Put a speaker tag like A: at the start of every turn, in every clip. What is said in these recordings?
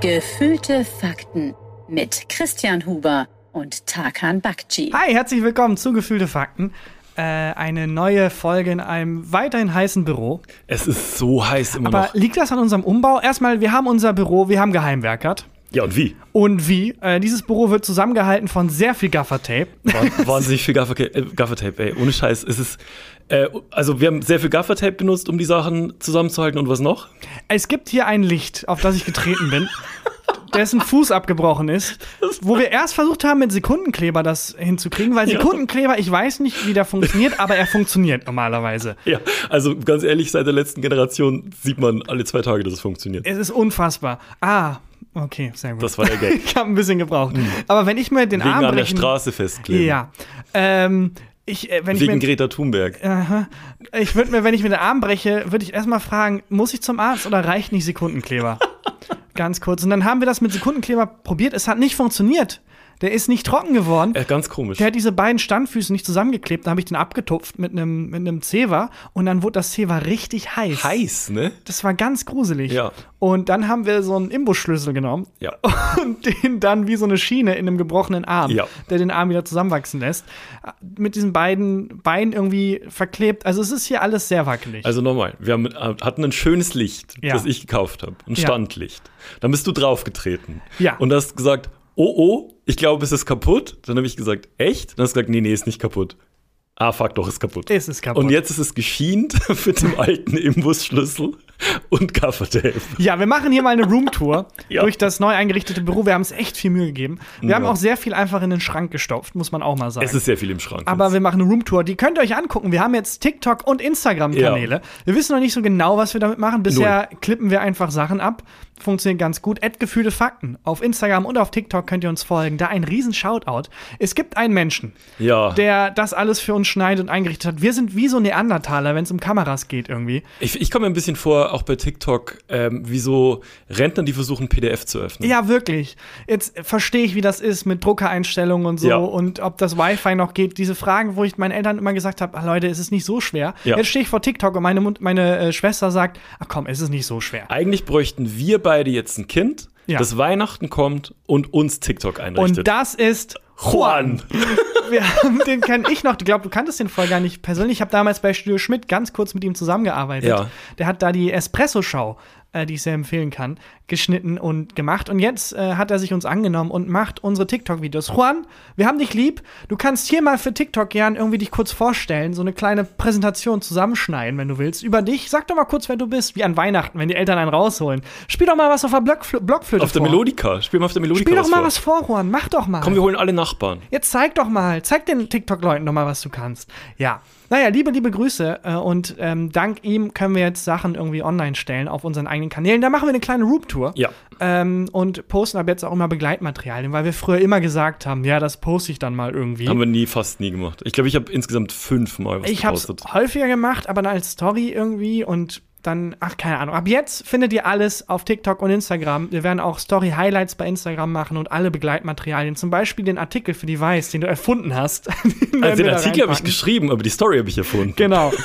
A: Gefühlte Fakten mit Christian Huber und Tarkan Bakci.
B: Hi, herzlich willkommen zu Gefühlte Fakten. Äh, eine neue Folge in einem weiterhin heißen Büro.
C: Es ist so heiß immer
B: Aber
C: noch.
B: liegt das an unserem Umbau? Erstmal, wir haben unser Büro, wir haben geheimwerkert.
C: Ja, und wie?
B: Und wie? Äh, dieses Büro wird zusammengehalten von sehr viel Gaffertape.
C: Wah- Wahnsinnig viel Gaffer- äh, Gaffertape, ey. Ohne Scheiß. Es ist. Äh, also, wir haben sehr viel Gaffertape benutzt, um die Sachen zusammenzuhalten. Und was noch?
B: Es gibt hier ein Licht, auf das ich getreten bin, dessen Fuß abgebrochen ist, wo wir erst versucht haben, mit Sekundenkleber das hinzukriegen, weil Sekundenkleber, ich weiß nicht, wie der funktioniert, aber er funktioniert normalerweise.
C: Ja, also ganz ehrlich, seit der letzten Generation sieht man alle zwei Tage, dass es funktioniert.
B: Es ist unfassbar. Ah, okay, sehr gut.
C: Das war der Gag. Mhm.
B: ich habe ein bisschen gebraucht. Aber wenn ich mir den
C: Wegen
B: Arm
C: an der
B: brechen,
C: Straße festkleben.
B: ja, ähm, ich, äh, wenn ich mir
C: Wegen Greta Thunberg.
B: Aha. Ich würde mir, wenn ich mir den Arm breche, würde ich erstmal fragen, muss ich zum Arzt oder reicht nicht Sekundenkleber? Ganz kurz. Und dann haben wir das mit Sekundenkleber probiert. Es hat nicht funktioniert. Der ist nicht trocken geworden.
C: Äh, ganz komisch.
B: Der hat diese beiden Standfüße nicht zusammengeklebt. Da habe ich den abgetupft mit einem mit einem Zewa. Und dann wurde das Zewa richtig heiß.
C: Heiß, ne?
B: Das war ganz gruselig.
C: Ja.
B: Und dann haben wir so einen Imbusschlüssel genommen
C: Ja.
B: und den dann wie so eine Schiene in einem gebrochenen Arm,
C: Ja.
B: der den Arm wieder zusammenwachsen lässt, mit diesen beiden Beinen irgendwie verklebt. Also es ist hier alles sehr wackelig.
C: Also nochmal, wir haben, hatten ein schönes Licht,
B: Ja.
C: das ich gekauft habe. Ein
B: Ja.
C: Standlicht. Dann bist du draufgetreten.
B: Ja.
C: Und hast gesagt, oh oh, ich glaube, es ist kaputt. Dann habe ich gesagt, echt? Dann hast du gesagt, nee, nee, ist nicht kaputt. Ah, fuck doch, ist kaputt.
B: Es ist kaputt.
C: Und jetzt ist es geschient mit dem alten Imbusschlüssel und Gaffertape.
B: ja, wir machen hier mal eine Roomtour
C: Ja.
B: durch das neu eingerichtete Büro. Wir haben es echt viel Mühe gegeben. Wir haben auch sehr viel einfach in den Schrank gestopft, muss man auch mal sagen.
C: Es ist sehr viel im Schrank.
B: aber wir machen eine Roomtour. Die könnt ihr euch angucken. Wir haben jetzt TikTok und Instagram-Kanäle. Wir wissen noch nicht so genau, was wir damit machen. Bisher klippen wir einfach Sachen ab. Funktioniert ganz gut. Ad gefühlte Fakten. Auf Instagram und auf TikTok könnt ihr uns folgen. Da ein riesen Shoutout. Es gibt einen Menschen,
C: ja.
B: der das alles für uns schneidet und eingerichtet hat. Wir sind wie so Neandertaler, wenn es um Kameras geht irgendwie.
C: ich ich komme mir ein bisschen vor, auch bei TikTok, ähm, wie so Rentner, die versuchen, PDF zu öffnen.
B: Ja, wirklich. Jetzt verstehe ich, wie das ist mit Druckereinstellungen und so
C: Ja.
B: und ob das Wi-Fi noch geht. Diese Fragen, wo ich meinen Eltern immer gesagt habe, ah, Leute, es ist nicht so schwer.
C: Ja.
B: Jetzt stehe ich vor TikTok und meine, Mut- meine äh, Schwester sagt, ach komm, es ist nicht so schwer.
C: Eigentlich bräuchten wir beide jetzt ein Kind,
B: Ja.
C: das Weihnachten kommt und uns TikTok einrichtet.
B: Und das ist Juan.
C: Juan.
B: Wir haben, den kenne ich noch. Ich glaube, du kanntest den vorher gar nicht persönlich. Ich habe damals bei Studio Schmidt ganz kurz mit ihm zusammengearbeitet.
C: Ja.
B: Der hat da die Espresso-Show, äh, die ich sehr empfehlen kann, geschnitten und gemacht. Und jetzt äh, hat er sich uns angenommen und macht unsere TikTok-Videos. Juan, wir haben dich lieb. Du kannst hier mal für TikTok gern irgendwie dich kurz vorstellen, so eine kleine Präsentation zusammenschneiden, wenn du willst, über dich. Sag doch mal kurz, wer du bist, wie an Weihnachten, wenn die Eltern einen rausholen. Spiel doch mal was auf der Blockfl Blockflöte
C: Auf der
B: vor.
C: Melodika. Spiel mal auf der Melodika.
B: Spiel doch mal
C: vor.
B: was vor, Juan. Mach doch mal.
C: Komm, wir holen alle Nachbarn.
B: Jetzt zeig doch mal, zeig den TikTok-Leuten doch mal, was du kannst. Ja. Naja, liebe, liebe Grüße. äh, Und ähm, dank ihm können wir jetzt Sachen irgendwie online stellen auf unseren eigenen Kanälen. Da machen wir eine kleine Roop-Tour.
C: Ja.
B: Ähm, und posten ab jetzt auch immer Begleitmaterialien, weil wir früher immer gesagt haben, ja, das poste ich dann mal irgendwie.
C: Haben wir nie, fast nie gemacht. Ich glaube, ich habe insgesamt fünfmal was
B: ich hab's
C: gepostet.
B: häufiger gemacht, aber dann als Story irgendwie und dann, ach, keine Ahnung. Ab jetzt findet ihr alles auf TikTok und Instagram. Wir werden auch Story-Highlights bei Instagram machen und alle Begleitmaterialien. Zum Beispiel den Artikel für die Weiß, den du erfunden hast. Den
C: Also
B: werden wir
C: den
B: da
C: Artikel habe ich
B: reinpacken.
C: geschrieben, aber die Story habe ich erfunden.
B: Genau.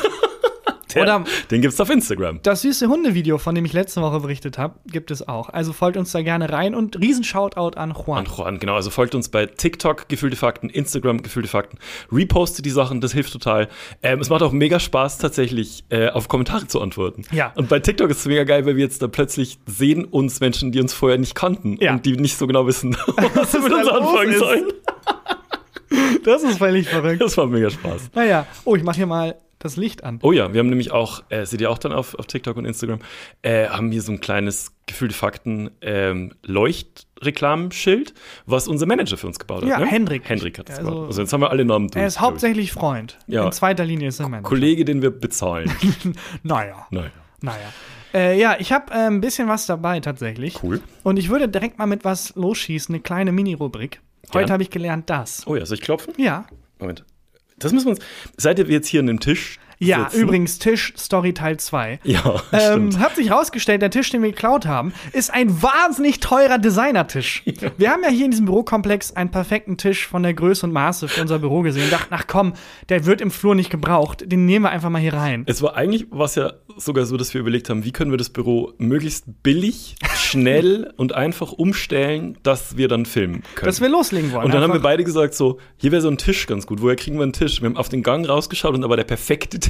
C: Der,
B: Oder-
C: den gibt's auf Instagram.
B: Das süße Hundevideo, von dem ich letzte Woche berichtet habe, gibt es auch. Also folgt uns da gerne rein und riesen Shoutout an Juan.
C: An Juan, genau. Also folgt uns bei TikTok, gefühlte Fakten, Instagram, gefühlte Fakten. Repostet die Sachen, das hilft total. Ähm, es macht auch mega Spaß, tatsächlich äh, auf Kommentare zu antworten.
B: Ja.
C: Und bei TikTok ist es mega geil, weil wir jetzt da plötzlich sehen uns Menschen, die uns vorher nicht kannten
B: Ja.
C: und die nicht so genau wissen, was sie mit
B: da
C: uns
B: los
C: anfangen
B: ist.
C: sollen.
B: Das ist völlig verrückt.
C: Das war mega Spaß.
B: Naja, oh, ich mache hier mal das Licht an.
C: Oh ja, wir haben nämlich auch, äh, seht ihr auch dann auf, auf TikTok und Instagram, äh, haben hier so ein kleines gefühlte Fakten ähm, Leuchtreklamenschild, was unser Manager für uns gebaut hat.
B: Ja,
C: ne?
B: Hendrik.
C: Hendrik hat es
B: Also-
C: gebaut. Also jetzt haben wir alle Namen durch.
B: Er ist
C: glaub ich.
B: hauptsächlich Freund.
C: Ja.
B: In zweiter Linie ist er mein
C: Kollege, den wir bezahlen.
B: Naja.
C: naja.
B: Naja. Äh, ja, ich habe äh, ein bisschen was dabei tatsächlich.
C: Cool.
B: Und ich würde direkt mal mit was losschießen, eine kleine Mini-Rubrik. Heute
C: Gern.
B: habe ich gelernt das.
C: Oh ja, soll ich klopfen?
B: Ja.
C: Moment. Das müssen wir uns. Seid ihr jetzt hier an dem Tisch?
B: Ja,
C: sitzen?
B: übrigens, Tisch-Story Teil 2.
C: Ja,
B: Ähm,
C: stimmt.
B: hat sich rausgestellt, der Tisch, den wir geklaut haben, ist ein wahnsinnig teurer Designertisch. Wir haben ja hier in diesem Bürokomplex einen perfekten Tisch von der Größe und Maße für unser
C: Äh,
B: Büro gesehen und dachten, ach komm, der wird im Flur nicht gebraucht, den nehmen wir einfach mal hier rein.
C: Es war eigentlich, was ja sogar so, dass wir überlegt haben, wie können wir das Büro möglichst billig, schnell und einfach umstellen, dass wir dann filmen können.
B: Dass wir loslegen wollen.
C: und dann haben wir
B: einfach.
C: beide gesagt, so, hier wäre so ein Tisch ganz gut. Woher kriegen wir einen Tisch? Wir haben auf den Gang rausgeschaut und aber der perfekte Tisch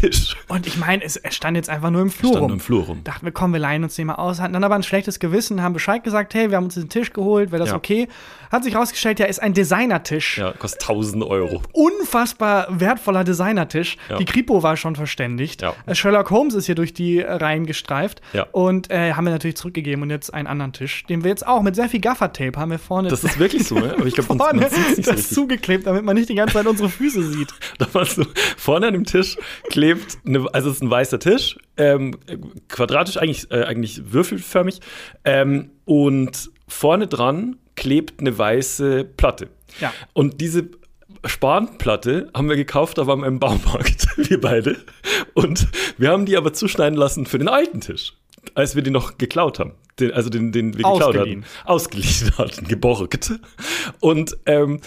B: und ich meine, es, es stand jetzt einfach nur im Flur
C: stand nur
B: rum.
C: im Flur rum.
B: Dachten wir, komm, wir leihen uns den mal aus. Hatten dann aber ein schlechtes Gewissen, haben Bescheid gesagt, hey, wir haben uns den Tisch geholt, wäre das
C: Ja.
B: okay? Hat sich rausgestellt, ja, ist ein Designertisch.
C: Ja, kostet 1000 Euro.
B: unfassbar wertvoller Designertisch.
C: Ja.
B: Die Kripo war schon verständigt.
C: Ja.
B: Äh, Sherlock Holmes ist hier durch die äh, Reihen gestreift.
C: Ja.
B: Und äh, haben wir natürlich zurückgegeben und jetzt einen anderen Tisch, den wir jetzt auch mit sehr viel Gaffertape haben wir vorne.
C: Das ist wirklich so, ne? Aber ich glaube, man,
B: Vorne
C: man sieht es nicht so
B: das
C: richtig.
B: zugeklebt, damit man nicht die ganze Zeit unsere Füße sieht.
C: Da war so, vorne an dem Tisch klebt, eine, also es ist ein weißer Tisch, ähm, quadratisch, eigentlich, äh, eigentlich würfelförmig. Ähm, und vorne dran klebt eine weiße Platte.
B: Ja.
C: Und diese Spanplatte haben wir gekauft, aber im Baumarkt, wir beide. Und wir haben die aber zuschneiden lassen für den alten Tisch, als wir den noch geklaut haben. Den, also den, den wir geklaut
B: Ausgeliehen.
C: hatten. Ausgeliehen hatten, geborgt. Und ähm,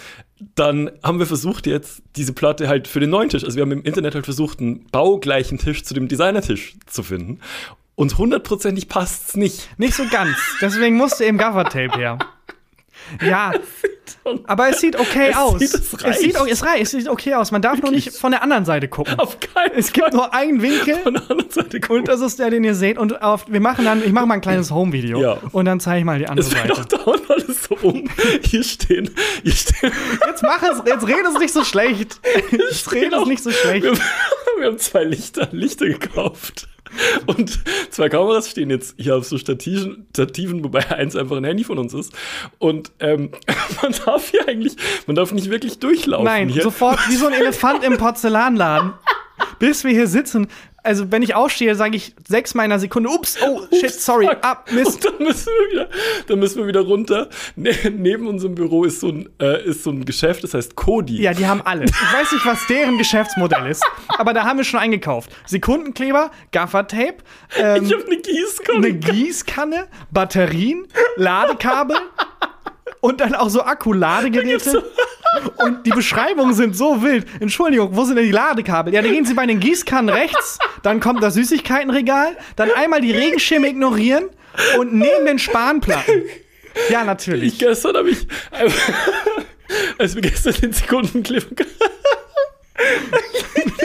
C: dann haben wir versucht jetzt diese Platte halt für den neuen Tisch, also wir haben im Internet halt versucht, einen baugleichen Tisch zu dem Designertisch zu finden. Und hundertprozentig passt's nicht.
B: Nicht so ganz. Deswegen musste eben Gaffertape her. Ja, aber es sieht okay
C: Es
B: aus.
C: sieht- es reicht.
B: es, sieht, o- es, reicht. es sieht okay aus. Man darf nur nicht von der anderen Seite gucken.
C: Auf keinen
B: Es gibt nur einen Winkel.
C: Von der anderen Seite
B: Und das ist der, den ihr seht. Und auf, wir machen dann, ich mache mal ein kleines Home-Video.
C: Ja.
B: Und dann zeige ich mal die andere
C: Es wird auch
B: Seite.
C: dauernd alles so um. Hier stehen, hier stehen,
B: Jetzt mach es, jetzt red es nicht so schlecht. Jetzt red es
C: auch-
B: nicht so schlecht.
C: Wir, wir haben zwei Lichter, Lichter gekauft. Und zwei Kameras stehen jetzt hier auf so Stativen, Stativen wobei eins einfach ein Handy von uns ist. Und ähm, man darf hier eigentlich, man darf nicht wirklich durchlaufen.
B: Nein,
C: hier.
B: sofort wie so ein Elefant im Porzellanladen. Bis wir hier sitzen. Also, wenn ich aufstehe, sage ich sechsmal in einer Sekunde, ups, oh, shit, sorry,
C: Fuck.
B: ab, Mist.
C: Und dann müssen wir wieder, dann müssen wir wieder runter. Ne, neben unserem Büro ist so ein, äh, ist so ein Geschäft, das heißt Kodi.
B: Ja, die haben alle. Ich weiß nicht, was deren Geschäftsmodell ist, aber da haben wir schon eingekauft. Sekundenkleber, Gaffertape, ähm,
C: Ich ne habe eine Gießkanne.
B: eine Gießkanne, Batterien, Ladekabel und dann auch so Akkuladegeräte. Und die Beschreibungen sind so wild. Entschuldigung, wo sind denn die Ladekabel? Ja, da gehen Sie bei den Gießkannen rechts, dann kommt das Süßigkeitenregal, dann einmal die Regenschirme ignorieren und neben den Spanplatten. Ja, natürlich.
C: Ich gestern habe ich, als wir gestern den Sekundenkleber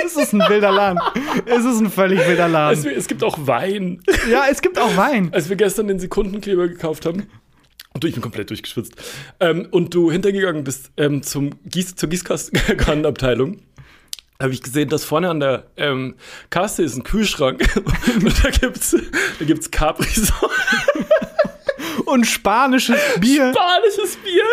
B: Es ist ein wilder Laden. Es ist ein völlig wilder
C: Es,
B: Laden.
C: es gibt auch Wein.
B: Ja, es gibt auch Wein.
C: Als wir gestern den Sekundenkleber gekauft haben, und du, ich bin komplett durchgeschwitzt, ähm, und du hintergegangen bist ähm, zum Gieß zur Gießkannenabteilung, habe ich gesehen, dass vorne an der ähm, Kasse ist ein Kühlschrank und da gibt's da gibt's Capri-Sonne,
B: Und spanisches Bier.
C: spanisches Bier.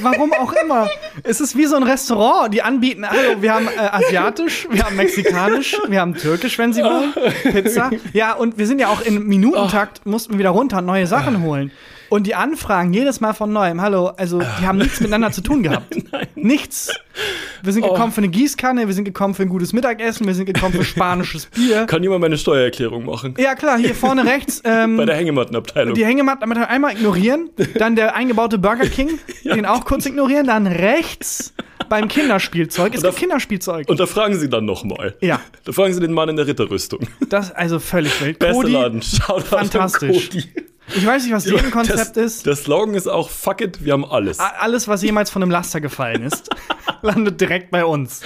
B: Warum auch immer. Es ist wie so ein Restaurant, die anbieten, also wir haben äh, asiatisch, wir haben mexikanisch, wir haben türkisch, wenn sie wollen, Pizza. Ja, und wir sind ja auch in Minutentakt, mussten wieder runter und neue Sachen holen. Und die Anfragen jedes Mal von neuem. Hallo, also die haben nichts miteinander zu tun gehabt. Nichts. Wir sind gekommen für eine Gießkanne, wir sind gekommen für ein gutes Mittagessen, wir sind gekommen für spanisches Bier.
C: Kann jemand meine Steuererklärung machen?
B: Ja klar, hier vorne rechts ähm,
C: Bei der Hängematte-Abteilung.
B: die Hängematte damit einmal ignorieren, dann der eingebaute Burger King, den auch kurz ignorieren, dann rechts beim Kinderspielzeug. Es
C: Und
B: gibt Kinderspielzeug.
C: Und da fragen sie dann nochmal.
B: Ja.
C: Da fragen sie den Mann in der Ritterrüstung.
B: Das also völlig wild.
C: Beste
B: Cody,
C: Laden. Shoutout
B: fantastisch.
C: An Cody.
B: ich weiß nicht, was deren Konzept
C: das,
B: ist. Ah,
C: Der Slogan ist auch Fuck it, wir haben alles.
B: A- Alles, was jemals von einem Laster gefallen ist, landet direkt bei uns.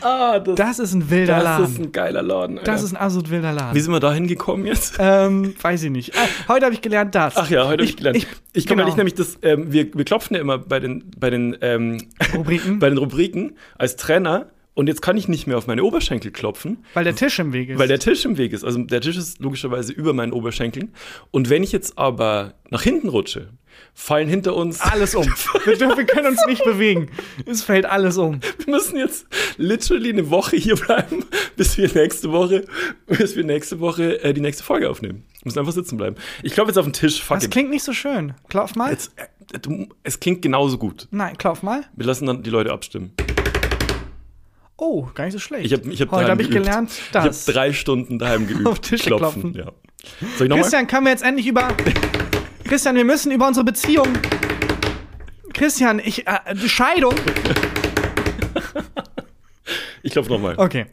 C: Ah,
B: Das ist ein wilder
C: das
B: Laden.
C: ist ein geiler Laden. Alter.
B: das ist ein absolut wilder Laden.
C: Wie sind wir da hingekommen jetzt?
B: ähm, weiß ich nicht. Ah, heute habe ich gelernt das.
C: Ach ja, heute habe ich gelernt. Ich, kann mir
B: genau.
C: nicht nämlich das, ähm, wir, wir klopfen ja immer bei den, bei den, ähm,
B: Rubriken?
C: bei den Rubriken als Trainer und jetzt kann ich nicht mehr auf meine Oberschenkel klopfen,
B: Weil der Tisch im Weg ist.
C: weil der Tisch im Weg ist. Also der Tisch ist logischerweise über meinen Oberschenkeln. Und wenn ich jetzt aber nach hinten rutsche, fallen hinter uns.
B: alles um. Wir, dürfen, wir können uns nicht bewegen. Es fällt alles um.
C: Wir müssen jetzt literally eine Woche hier bleiben, bis wir nächste Woche, bis wir nächste Woche äh, die nächste Folge aufnehmen. Wir müssen einfach sitzen bleiben. Ich glaube jetzt auf den Tisch. Fuck
B: Das
C: it.
B: klingt nicht so schön. Klopf mal.
C: Jetzt, äh, du, es klingt genauso gut.
B: Nein, klopf mal.
C: Wir lassen dann die Leute abstimmen.
B: Oh, gar nicht so schlecht.
C: Ich habe ich hab
B: Heute
C: daheim
B: habe ich
C: geübt.
B: gelernt,
C: Ich
B: dass.
C: habe drei Stunden daheim geübt.
B: Auf Tische klopfen.
C: Ja. Soll ich nochmal?
B: Christian, können wir jetzt endlich über. Christian, wir müssen über unsere Beziehung. Christian, ich. Äh, die Scheidung.
C: Ich klopfe nochmal.
B: Okay.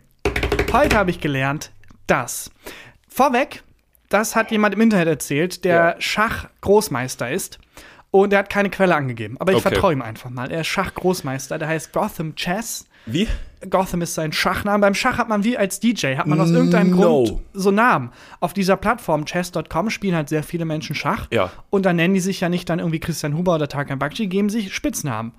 B: Heute habe ich gelernt, dass Vorweg, das hat jemand im Internet erzählt, der
C: Ja.
B: Schach-Großmeister ist. Und er hat keine Quelle angegeben. Aber ich
C: Okay.
B: vertraue ihm einfach mal. Er ist Schach-Großmeister. Der heißt Gotham Chess.
C: Wie?
B: Gotham ist sein Schachname. Beim Schach hat man wie als DJ, hat man aus irgendeinem
C: No.
B: Grund so Namen. Auf dieser Plattform chess.com spielen halt sehr viele Menschen Schach.
C: Ja.
B: Und dann nennen die sich ja nicht dann irgendwie Christian Huber oder Tarkan Bakci, geben sich Spitznamen.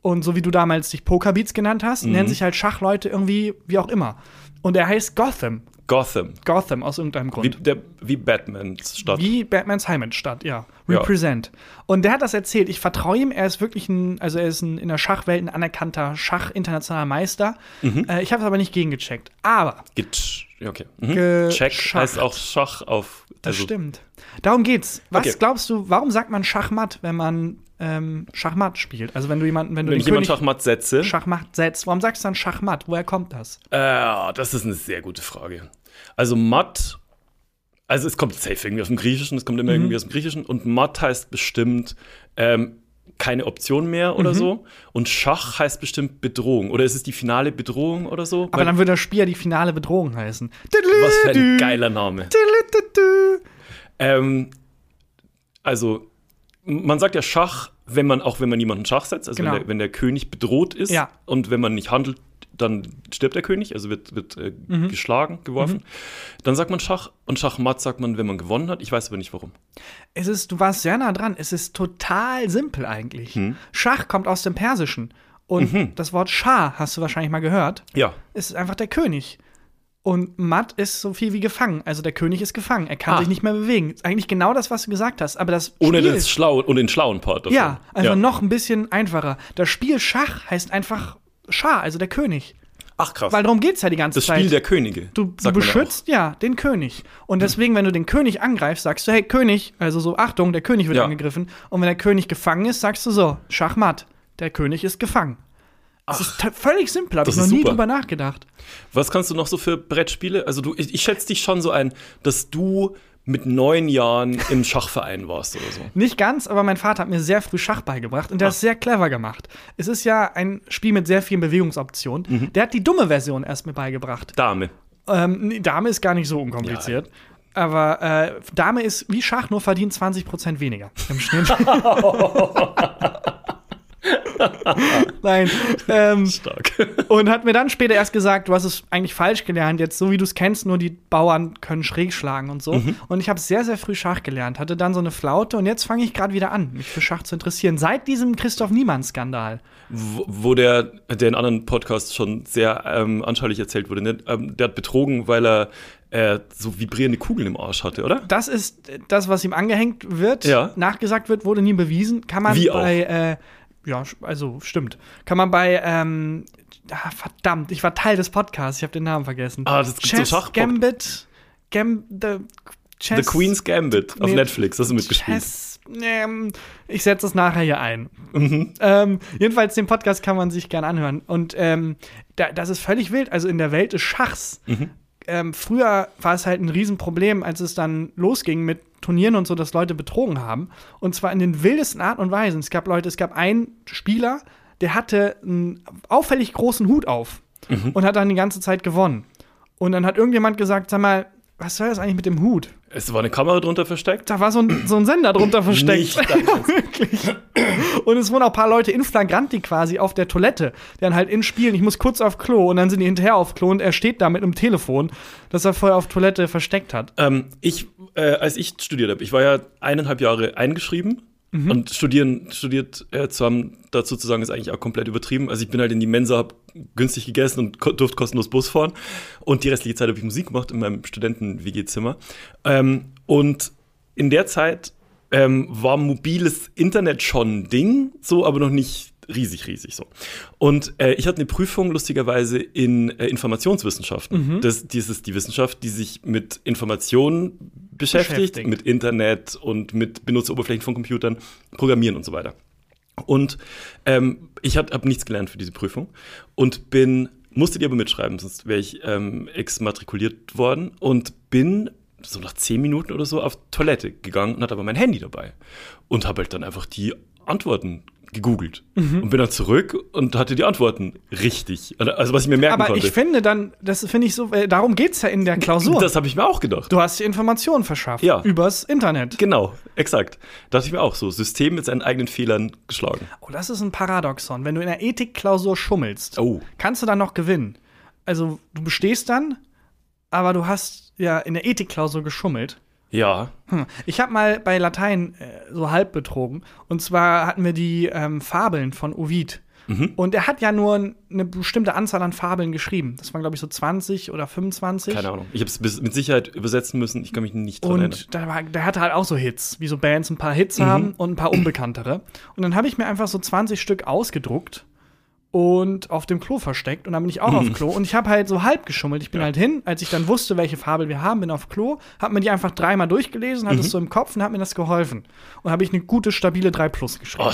B: Und so wie du damals dich Pokerbeats genannt hast,
C: Mhm.
B: nennen sich halt Schachleute irgendwie wie auch immer. Und er heißt Gotham.
C: Gotham.
B: Gotham aus irgendeinem
C: Wie,
B: Grund.
C: der, wie Batmans Stadt.
B: Wie Batmans Heimatstadt, ja.
C: Ja.
B: Represent. Und der hat das erzählt. Ich vertraue ihm, er ist wirklich ein, also er ist ein, in der Schachwelt ein anerkannter Schach-internationaler Meister.
C: Mhm.
B: Äh, ich habe es aber nicht gegengecheckt. Aber,
C: Get ja, okay. Mhm.
B: Ge-
C: Check
B: Schach.
C: heißt auch Schach auf.
B: das
C: also-
B: stimmt. Darum geht's. Was
C: Okay.
B: glaubst du, warum sagt man Schachmatt, wenn man ähm, Schachmatt spielt? Also wenn du jemanden, wenn du
C: Wenn
B: den
C: ich jemanden
B: König
C: Schachmatt setze.
B: Schachmatt setzt, warum sagst du dann Schachmatt? Woher kommt das?
C: Äh, das ist eine sehr gute Frage. Also Matt, also es kommt safe irgendwie aus dem Griechischen, es kommt immer
B: Mhm.
C: irgendwie aus dem Griechischen und Matt heißt bestimmt ähm, keine Option mehr
B: Mhm.
C: oder so und Schach heißt bestimmt Bedrohung oder ist es die finale Bedrohung oder so?
B: Aber
C: Weil-
B: dann würde das Spiel ja die finale Bedrohung heißen.
C: was für ein geiler Name. Ähm, also man sagt ja Schach, wenn man auch wenn man jemanden Schach setzt, also
B: Genau.
C: wenn, der, wenn der König bedroht ist
B: Ja.
C: und wenn man nicht handelt, dann stirbt der König, also wird, wird äh,
B: Mhm.
C: geschlagen, geworfen. Dann sagt man Schach und Schachmatt sagt man, wenn man gewonnen hat. Ich weiß aber nicht warum.
B: Es ist, du warst sehr nah dran. Es ist total simpel eigentlich.
C: Hm.
B: Schach kommt aus dem Persischen. Und
C: Mhm.
B: das Wort Schah hast du wahrscheinlich mal gehört.
C: Ja.
B: Ist einfach der König. Und Matt ist so viel wie gefangen. Also der König ist gefangen. Er kann
C: Ah.
B: sich nicht mehr bewegen. Ist eigentlich genau das, was du gesagt hast. Aber das
C: Ohne
B: Spiel,
C: das Schlau und den schlauen Part davon.
B: Ja, einfach noch ein bisschen einfacher. Das Spiel Schach heißt einfach Schah, also der König.
C: Ach krass.
B: Weil darum geht's ja die ganze
C: das
B: Zeit.
C: Spiel der Könige.
B: Du, du
C: sagt man ja auch.
B: beschützt ja, den König. Und deswegen, wenn du den König angreifst, sagst du, hey König, also so, Achtung, der König wird
C: Ja.
B: angegriffen. Und wenn der König gefangen ist, sagst du so, Schachmatt, der König ist gefangen. Das ist t- völlig simpel, habe ich
C: Das
B: noch
C: ist
B: nie
C: super.
B: drüber nachgedacht.
C: Was kannst du noch so für Brettspiele? Also du, ich, ich schätze dich schon so ein, dass du mit neun Jahren im Schachverein warst oder so.
B: Nicht ganz, aber mein Vater hat mir sehr früh Schach beigebracht und der ist sehr clever gemacht. Es ist ja ein Spiel mit sehr vielen Bewegungsoptionen.
C: Mhm.
B: Der hat die dumme Version erst mir beigebracht.
C: Dame.
B: Ähm, nee, Dame ist gar nicht so unkompliziert. Aber äh, Dame ist wie Schach, nur verdient 20% weniger im Schnitt. Nein. Ähm,
C: Stark.
B: und hat mir dann später erst gesagt, du hast es eigentlich falsch gelernt, jetzt so wie du es kennst, nur die Bauern können schräg schlagen und so. Und ich habe sehr, sehr früh Schach gelernt, hatte dann so eine Flaute und jetzt fange ich gerade wieder an, mich für Schach zu interessieren. Seit diesem Christoph Niemann-Skandal.
C: wo, wo der, der in anderen Podcasts schon sehr ähm, anschaulich erzählt wurde, ne? ähm, der hat betrogen, weil er äh, so vibrierende Kugeln im Arsch hatte, oder?
B: Das ist äh, das, was ihm angehängt wird,
C: Ja.
B: nachgesagt wird, wurde nie bewiesen. Kann man
C: Wie auch?
B: bei, äh, ja, sch- also stimmt. Kann man bei, ähm, ah, verdammt, ich war Teil des Podcasts, ich habe den Namen vergessen.
C: Ah, das gibt's so
B: Chess
C: Schachpod-
B: Gambit, Gam, the, Chess,
C: The Queen's Gambit auf
B: Nee.
C: Netflix, hast du mitgespielt.
B: Chess, ähm, ich setze es nachher hier ein.
C: Mhm.
B: Ähm, jedenfalls, den Podcast kann man sich gern anhören. Und ähm, da, das ist völlig wild. Also in der Welt des Schachs.
C: Mhm.
B: Ähm, früher war es halt ein Riesenproblem, als es dann losging mit Turnieren und so, dass Leute betrogen haben. Und zwar in den wildesten Arten und Weisen. Es gab Leute, es gab einen Spieler, der hatte einen auffällig großen Hut auf
C: Mhm.
B: und hat dann die ganze Zeit gewonnen. Und dann hat irgendjemand gesagt, sag mal, was soll das eigentlich mit dem Hut?
C: Es war eine Kamera drunter versteckt.
B: Da war so ein, so ein Sender drunter versteckt.
C: Nicht
B: ja, wirklich. Und es wurden auch ein paar Leute in Flagranti quasi auf der Toilette, die dann halt in Spielen, ich muss kurz auf Klo und dann sind die hinterher auf Klo und er steht da mit einem Telefon, das er vorher auf Toilette versteckt hat.
C: Ähm, ich, äh, als ich studiert habe, ich war ja eineinhalb Jahre eingeschrieben und studieren, studiert äh, zu haben, dazu zu sagen, ist eigentlich auch komplett übertrieben. Also ich bin halt in die Mensa, habe günstig gegessen und ko durfte kostenlos Bus fahren und die restliche Zeit habe ich Musik gemacht in meinem Studenten-WG-Zimmer. Ähm, und in der Zeit ähm, war mobiles Internet schon ein Ding, so, aber noch nicht riesig, riesig so. Und äh, ich hatte eine Prüfung lustigerweise in äh, Informationswissenschaften. Das, das ist die Wissenschaft, die sich mit Informationen beschäftigt,
B: Beschäftigt.
C: mit Internet und mit Benutzeroberflächen von Computern, Programmieren und so weiter. Und ähm, ich habe nichts gelernt für diese Prüfung und bin, musste die aber mitschreiben, sonst wäre ich ähm, exmatrikuliert worden und bin so nach zehn Minuten oder so auf Toilette gegangen und hatte aber mein Handy dabei und habe halt dann einfach die Antworten gegoogelt
B: Mhm.
C: und bin dann zurück und hatte die Antworten richtig. Also was ich mir merken
B: Aber
C: konnte.
B: ich finde dann, das finde ich so, äh, darum geht's ja in der Klausur.
C: das habe ich mir auch gedacht.
B: du hast die Informationen verschafft.
C: Ja.
B: Übers Internet.
C: Genau, exakt. Dachte ich mir auch so. System mit seinen eigenen Fehlern geschlagen.
B: Oh, das ist ein Paradoxon. Wenn du in der Ethikklausur schummelst,
C: Oh.
B: kannst du dann noch gewinnen. Also, du bestehst dann, aber du hast ja in der Ethikklausur geschummelt.
C: Ja.
B: Hm. Ich habe mal bei Latein äh, so halb betrogen. Und zwar hatten wir die ähm, Fabeln von Ovid. Und er hat ja nur n- eine bestimmte Anzahl an Fabeln geschrieben. Das waren, glaube ich, so 20 oder 25.
C: Keine Ahnung. Ich habe es mit Sicherheit übersetzen müssen. Ich kann mich nicht dran erinnern.
B: Und da, war, der hatte halt auch so Hits, wie so Bands ein paar Hits haben und ein paar unbekanntere. Und dann habe ich mir einfach so 20 Stück ausgedruckt und auf dem Klo versteckt. Und dann bin ich auch auf Klo. Und ich habe halt so halb geschummelt. Ich bin halt hin, als ich dann wusste, welche Fabel wir haben, bin auf Klo, habe mir die einfach dreimal durchgelesen, hatte es so im Kopf und hat mir das geholfen. Und habe ich eine gute, stabile 3 Plus geschrieben.
C: Oh,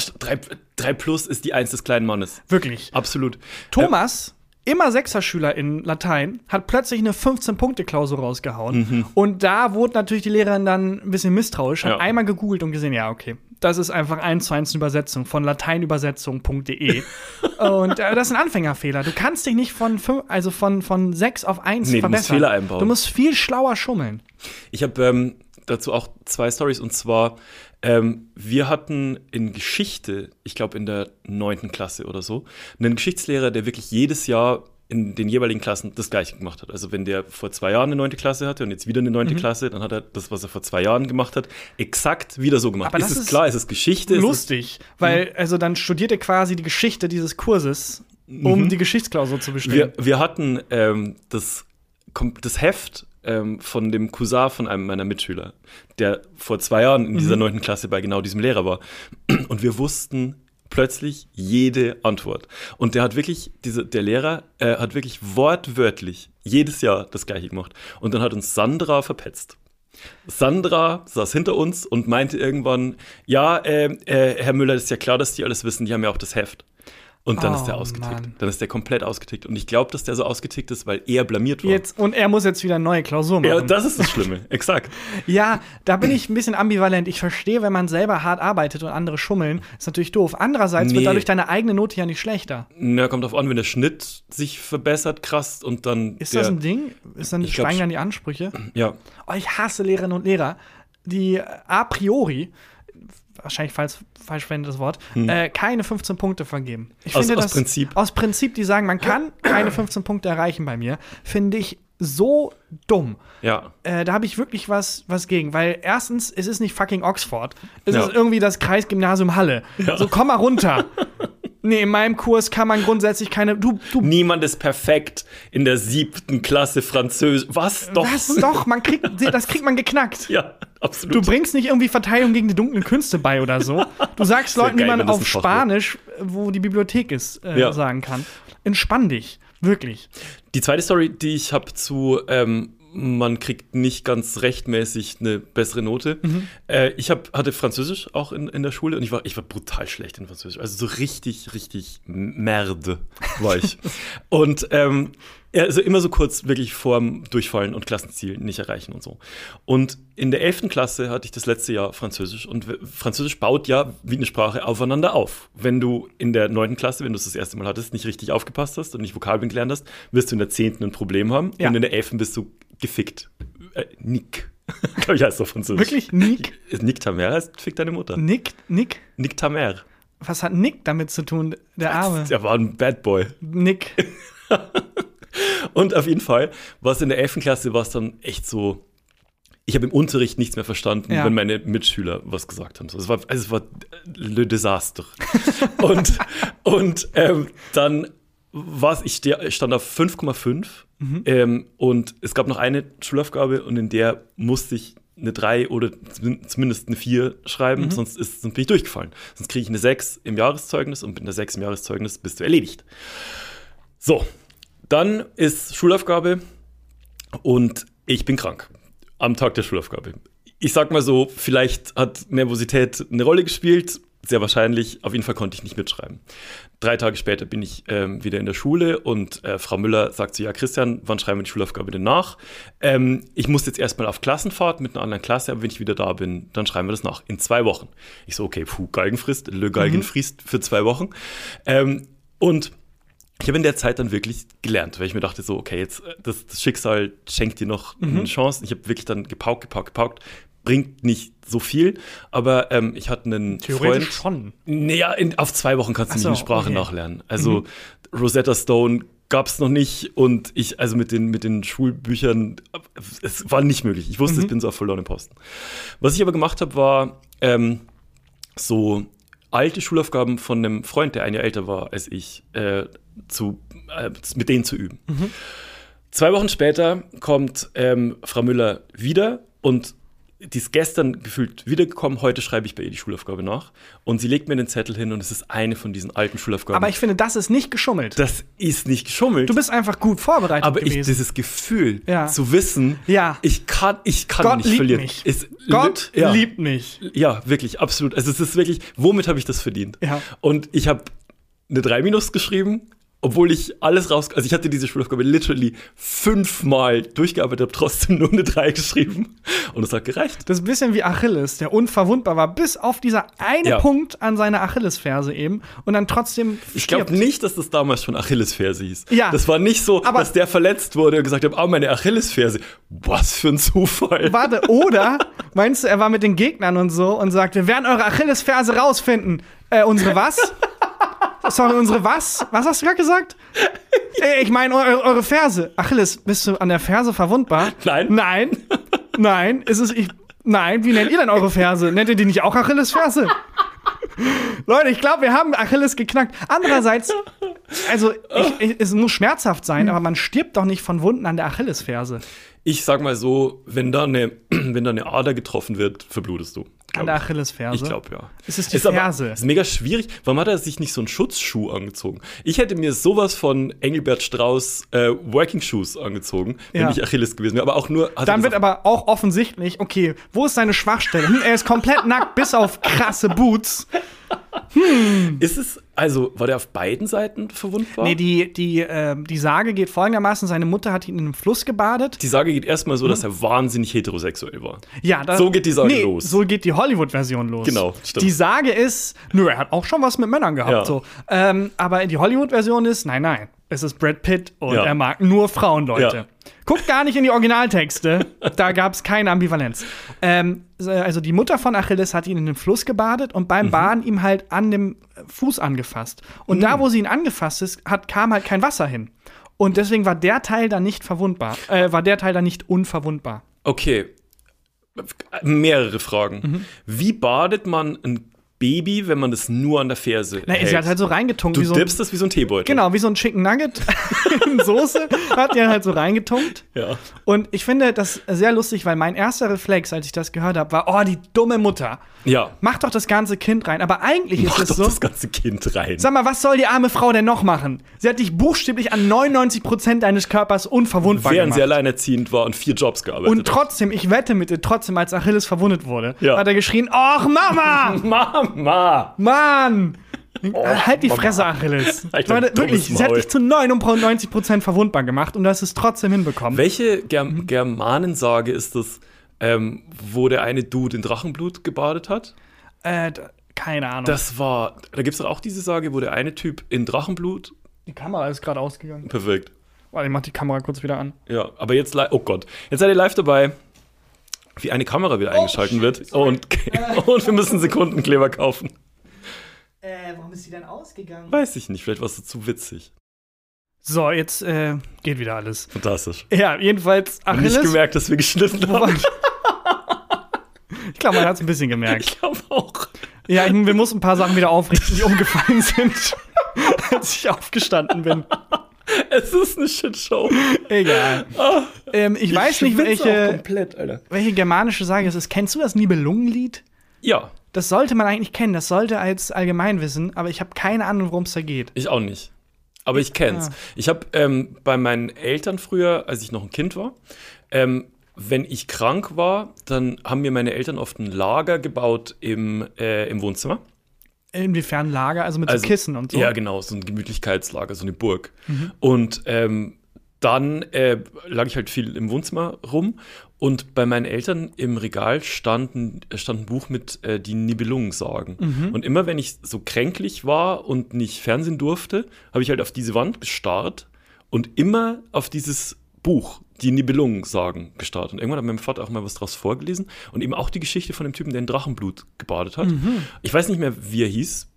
C: 3, plus ist die Eins des kleinen Mannes.
B: Wirklich.
C: Absolut.
B: Thomas, immer Sechserschüler in Latein, hat plötzlich eine 15-Punkte-Klausur rausgehauen. Und da wurde natürlich die Lehrerin dann ein bisschen misstrauisch, hat
C: Mhm. Ja.
B: einmal gegoogelt und gesehen, ja, okay. Das ist einfach eins zu eins eine Übersetzung von lateinübersetzung.de. und äh, das ist ein Anfängerfehler. Du kannst dich nicht von fünf, also von, von sechs auf eins
C: Nee, du musst
B: verbessern.
C: Fehler einbauen.
B: Du musst viel schlauer schummeln.
C: Ich habe ähm, dazu auch zwei Stories und zwar, ähm, wir hatten in Geschichte, ich glaube in der neunten Klasse oder so, einen Geschichtslehrer, der wirklich jedes Jahr in den jeweiligen Klassen das Gleiche gemacht hat. Also wenn der vor zwei Jahren eine neunte Klasse hatte und jetzt wieder eine
B: Mhm.
C: neunte Klasse, dann hat er das, was er vor zwei Jahren gemacht hat, exakt wieder so gemacht.
B: Aber
C: ist
B: das
C: es
B: ist
C: klar? Ist es Geschichte? Ist Mhm. es
B: Lustig, weil also dann studiert er quasi die Geschichte dieses Kurses, um
C: Mhm.
B: die Geschichtsklausur zu bestehen.
C: Wir, wir hatten ähm, das, kom- das Heft ähm, von dem Cousin von einem meiner Mitschüler, der vor zwei Jahren in
B: Mhm.
C: dieser neunten Klasse bei genau diesem Lehrer war. Und wir wussten plötzlich jede Antwort. Und der hat wirklich, diese, der Lehrer äh, hat wirklich wortwörtlich jedes Jahr das Gleiche gemacht. Und dann hat uns Sandra verpetzt. Sandra saß hinter uns und meinte irgendwann, ja, äh, äh, Herr Müller, das ist ja klar, dass die alles wissen, die haben ja auch das Heft. Und dann
B: Oh,
C: ist der ausgetickt.
B: Mann.
C: Dann ist der komplett ausgetickt. Und ich glaube, dass der so ausgetickt ist, weil er blamiert wurde.
B: Jetzt, und er muss jetzt wieder eine neue Klausur machen.
C: Ja, das ist das Schlimme, exakt.
B: Ja, da bin ich ein bisschen ambivalent. Ich verstehe, wenn man selber hart arbeitet und andere schummeln, ist natürlich doof. Andererseits
C: Nee.
B: wird dadurch deine eigene Note ja nicht schlechter.
C: Na, kommt drauf an, wenn der Schnitt sich verbessert, krass, und dann.
B: Ist
C: der,
B: das ein Ding? Ist dann
C: Ich glaub
B: steigen
C: sch-
B: dann die Ansprüche?
C: Ja.
B: Oh, ich hasse Lehrerinnen und Lehrer, die äh, a priori wahrscheinlich falsch, falsch verwendetes Wort, äh, keine 15 Punkte vergeben. Ich
C: Hm. Aus- aus Prinzip.
B: Aus Prinzip, die sagen, man kann keine 15 Punkte erreichen bei mir, finde ich so dumm.
C: Ja.
B: äh, da habe ich wirklich was, was gegen. Weil erstens, es ist nicht fucking Oxford. Es
C: Ja.
B: ist irgendwie das Kreisgymnasium Halle. So, komm mal runter. nee, in meinem Kurs kann man grundsätzlich keine. Du, du,
C: Niemand ist perfekt in der siebten Klasse Französisch. Was? Doch.
B: das doch, man kriegt, das kriegt man geknackt.
C: Ja,
B: Du
C: absolut.
B: bringst nicht irgendwie Verteilung gegen die dunklen Künste bei oder so. Du sagst
C: wär
B: Leuten,
C: geil,
B: wie man
C: wenn das ein
B: auf
C: Fach wäre.
B: Spanisch, äh, wo die Bibliothek ist, äh,
C: Ja.
B: sagen kann. Entspann dich. Wirklich.
C: Die zweite Story, die ich habe zu, ähm, man kriegt nicht ganz rechtmäßig eine bessere Note. Äh, ich hab, hatte Französisch auch in, in der Schule und ich war, ich war brutal schlecht in Französisch. Also so richtig, richtig Merde war ich. und ähm, ja, also immer so kurz wirklich vorm Durchfallen und Klassenziel nicht erreichen und so. Und in der 11. Klasse hatte ich das letzte Jahr Französisch und w- Französisch baut ja wie eine Sprache aufeinander auf. Wenn du in der 9. Klasse, wenn du es das erste Mal hattest, nicht richtig aufgepasst hast und nicht Vokabeln gelernt hast, wirst du in der 10. ein Problem haben
B: Ja.
C: und in der 11. bist du gefickt. Äh, Nick. Glaube ich heißt auf Französisch.
B: Wirklich? Nick?
C: Nick Tamer heißt fick deine Mutter.
B: Nick? Nick?
C: Nick Tamer.
B: Was hat Nick damit zu tun? Der Arme.
C: Der war ein Bad Boy.
B: Nick.
C: Und auf jeden Fall war es in der 11. Klasse, war es dann echt so, ich habe im Unterricht nichts mehr verstanden,
B: Ja.
C: wenn meine Mitschüler was gesagt haben. So, Es war, also es war le Desaster. und und ähm, dann war es, ich ste- ich stand auf 5,5 ähm, und es gab noch eine Schulaufgabe und in der musste ich eine 3 oder zmin- zumindest eine 4 schreiben, sonst, ist, sonst bin ich durchgefallen. Sonst kriege ich eine 6 im Jahreszeugnis und mit einer 6 im Jahreszeugnis bist du erledigt. So, dann ist Schulaufgabe und ich bin krank am Tag der Schulaufgabe. Ich sag mal so, vielleicht hat Nervosität eine Rolle gespielt. sehr wahrscheinlich, auf jeden Fall konnte ich nicht mitschreiben. Drei Tage später bin ich ähm, wieder in der Schule und äh, Frau Müller sagt so, ja Christian, wann schreiben wir die Schulaufgabe denn nach? Ähm, ich muss jetzt erstmal auf Klassenfahrt mit einer anderen Klasse, aber wenn ich wieder da bin, dann schreiben wir das nach, in zwei Wochen. Ich so, okay, puh, Galgenfrist, Le Galgenfrist für zwei Wochen. Ähm, und ich habe in der Zeit dann wirklich gelernt, weil ich mir dachte so, okay, jetzt äh, das, das Schicksal schenkt dir noch
B: Mhm.
C: eine Chance. Ich habe wirklich dann gepaukt, gepaukt, gepaukt. Bringt nicht so viel, aber ähm, ich hatte einen Freund.
B: Theoretisch schon.
C: Naja, in, auf zwei Wochen kannst du
B: Ach
C: nicht
B: so,
C: eine Sprache
B: okay. Mhm.
C: nachlernen. Also Rosetta Stone gab es noch nicht und ich, also mit den, mit den Schulbüchern, äh, es war nicht möglich. Ich wusste,
B: Mhm.
C: ich bin so auf verlorenen Posten. Was ich aber gemacht habe, war ähm, so alte Schulaufgaben von einem Freund, der ein Jahr älter war als ich, äh, zu, äh, mit denen zu üben.
B: Mhm.
C: Zwei Wochen später kommt ähm, Frau Müller wieder und die ist gestern gefühlt wiedergekommen. Heute schreibe ich bei ihr die Schulaufgabe nach. Und sie legt mir den Zettel hin und es ist eine von diesen alten Schulaufgaben.
B: Aber ich finde, das ist nicht geschummelt.
C: das ist nicht geschummelt.
B: Du bist einfach gut vorbereitet
C: aber ich,
B: gewesen.
C: dieses Gefühl
B: Ja.
C: zu wissen,
B: Ja.
C: ich kann, ich kann
B: Gott
C: nicht
B: liebt
C: verlieren.
B: mich.
C: Es-
B: Gott
C: ja.
B: liebt mich.
C: Ja, wirklich, absolut. Also es ist wirklich, womit habe ich das verdient?
B: Ja.
C: Und ich habe eine 3 minus geschrieben, obwohl ich alles raus, also ich hatte diese Schulaufgabe literally fünfmal durchgearbeitet, habe trotzdem nur eine 3 geschrieben und es hat gereicht.
B: Das ist ein bisschen wie Achilles, der unverwundbar war, bis auf dieser eine
C: Ja.
B: Punkt an seiner Achillesferse eben und dann trotzdem
C: Ich glaube
B: stirbt.
C: nicht, dass das damals schon Achillesferse hieß.
B: Ja.
C: Das war nicht so,
B: Aber-
C: dass der verletzt wurde und gesagt hat, ah, meine Achillesferse. Was für ein Zufall.
B: Warte, oder meinst du, er war mit den Gegnern und so und sagt, wir werden eure Achillesferse rausfinden? Äh, unsere was? Sorry, unsere was? Was hast du gerade gesagt? Ey, ich meine eu eure Ferse. Achilles, bist du an der Ferse verwundbar?
C: Nein.
B: Nein. Nein, ist es ich. Nein, wie nennt ihr denn eure Ferse? Nennt ihr die nicht auch Achillesferse? Leute, ich glaube, wir haben Achilles geknackt. Andererseits, also ich, ich, es muss schmerzhaft sein, aber man stirbt doch nicht von Wunden an der Achillesferse.
C: Ich sag mal so, wenn da eine, wenn da eine Ader getroffen wird, verblutest du.
B: An der Achillesferse.
C: Ich glaube, ja.
B: Es ist die
C: aber-
B: Ferse.
C: ist mega schwierig. Warum hat er sich nicht so einen Schutzschuh angezogen? Ich hätte mir sowas von Engelbert Strauß äh, Working Shoes angezogen, wenn
B: Ja.
C: ich Achilles gewesen wäre. Aber auch nur. Hat er
B: Dann wird
C: gesagt,
B: aber auch offensichtlich, okay, wo ist seine Schwachstelle? Hm, er ist komplett nackt, bis auf krasse Boots.
C: ist es, also, war der auf beiden Seiten verwundbar?
B: Nee, die, die, äh, die Sage geht folgendermaßen: Seine Mutter hat ihn in einem Fluss gebadet.
C: die Sage geht erstmal so, dass er wahnsinnig heterosexuell war.
B: Mhm. Ja, da,
C: So geht die Sage los.
B: So geht die Hollywood-Version los.
C: Genau, stimmt.
B: Die Sage ist, nö, er hat auch schon was mit Männern gehabt.
C: Ja.
B: So. Ähm, aber die Hollywood-Version ist, nein, nein, es ist Brad Pitt und
C: Ja.
B: er mag nur Frauen, Leute.
C: Ja.
B: Guckt gar nicht in die Originaltexte, da gab es keine Ambivalenz. Ähm, also die Mutter von Achilles hat ihn in den Fluss gebadet und
C: Mhm.
B: beim Baden ihm halt an dem Fuß angefasst. Und
C: Mhm.
B: da, wo sie ihn angefasst ist, hat, kam halt kein Wasser hin. Und deswegen war der Teil dann nicht verwundbar, äh, war der Teil dann nicht unverwundbar.
C: Okay. Mehrere Fragen.
B: Mhm.
C: Wie badet man ein Baby, wenn man das nur an der Ferse
B: Na,
C: hält?
B: sie hat halt so reingetunkt.
C: du
B: wie so ein-
C: dippst das wie so ein Teebeutel.
B: Genau, wie so ein Chicken Nugget in Soße, hat die halt so reingetunkt.
C: Ja.
B: Und ich finde das sehr lustig, weil mein erster Reflex, als ich das gehört habe, war, oh, die dumme Mutter.
C: Ja.
B: Mach doch das ganze Kind rein. Aber eigentlich ist
C: Mach doch
B: es so,
C: das ganze Kind rein.
B: sag mal, was soll die arme Frau denn noch machen? Sie hat dich buchstäblich an 99% deines Körpers unverwundbar
C: Während sie
B: gemacht.
C: alleinerziehend war und vier Jobs gearbeitet
B: Und trotzdem, ich wette mit dir, trotzdem, als Achilles verwundet wurde,
C: Ja.
B: hat er geschrien, ach Mama,
C: Mama!
B: Mann.
C: Oh,
B: halt die Fresse, Achilles.
C: Alter,
B: Leute,
C: Halt dummes
B: wirklich, sie hat
C: Maul.
B: dich zu 99% verwundbar gemacht und du hast es trotzdem hinbekommen.
C: Welche Ger Germanensage ist das, ähm, wo der eine Dude in Drachenblut gebadet hat?
B: Äh, d- keine Ahnung.
C: Das war, da gibt es doch auch diese Sage, wo der eine Typ in Drachenblut,
B: die Kamera ist gerade ausgegangen.
C: perfekt,
B: Warte, ich mach die Kamera kurz wieder an.
C: ja, aber jetzt, li- oh Gott, jetzt seid ihr live dabei, wie eine Kamera wieder eingeschalten wird und, und wir müssen Sekundenkleber kaufen.
B: Äh, warum ist die denn ausgegangen?
C: Weiß ich nicht, vielleicht war es zu witzig.
B: So, jetzt äh, geht wieder alles.
C: Fantastisch.
B: Ja, jedenfalls
C: Ich nicht
B: Achilles.
C: gemerkt, dass wir geschnitten haben.
B: Ich glaube, man hat es ein bisschen gemerkt.
C: Ich glaube auch.
B: Ja, ich, wir mussten ein paar Sachen wieder aufrichten, die umgefallen sind, als ich aufgestanden bin.
C: Es ist eine Shitshow.
B: Egal.
C: Ah,
B: Ähm, ich weiß nicht, welche,
C: komplett, Alter.
B: welche germanische Sage es ist. Kennst du das Nibelungenlied?
C: Ja,
B: Das sollte man eigentlich kennen. Das sollte als Allgemeinwissen, aber ich habe keine Ahnung, worum es da geht.
C: ich auch nicht. Aber ich kenn's.
B: Ja.
C: Ich habe ähm, bei meinen Eltern früher, als ich noch ein Kind war, ähm, wenn ich krank war, dann haben mir meine Eltern oft ein Lager gebaut im, äh, im Wohnzimmer.
B: Inwiefern Lager, also mit
C: Also,
B: so Kissen und so. Mhm.
C: Ja, genau, so ein Gemütlichkeitslager, so eine Burg. Und ähm, dann äh, lag ich halt viel im Wohnzimmer rum und bei meinen Eltern im Regal stand ein, stand ein Buch mit äh, die Nibelungensagen.
B: Mhm.
C: Und immer wenn ich so kränklich war und nicht Fernsehen durfte, habe ich halt auf diese Wand gestarrt und immer auf dieses Buch, die Nibelungensagen, gestarrt. Und irgendwann hat mein Vater auch mal was draus vorgelesen und eben auch die Geschichte von dem Typen, der in Drachenblut gebadet hat. Ich weiß nicht mehr, wie er hieß.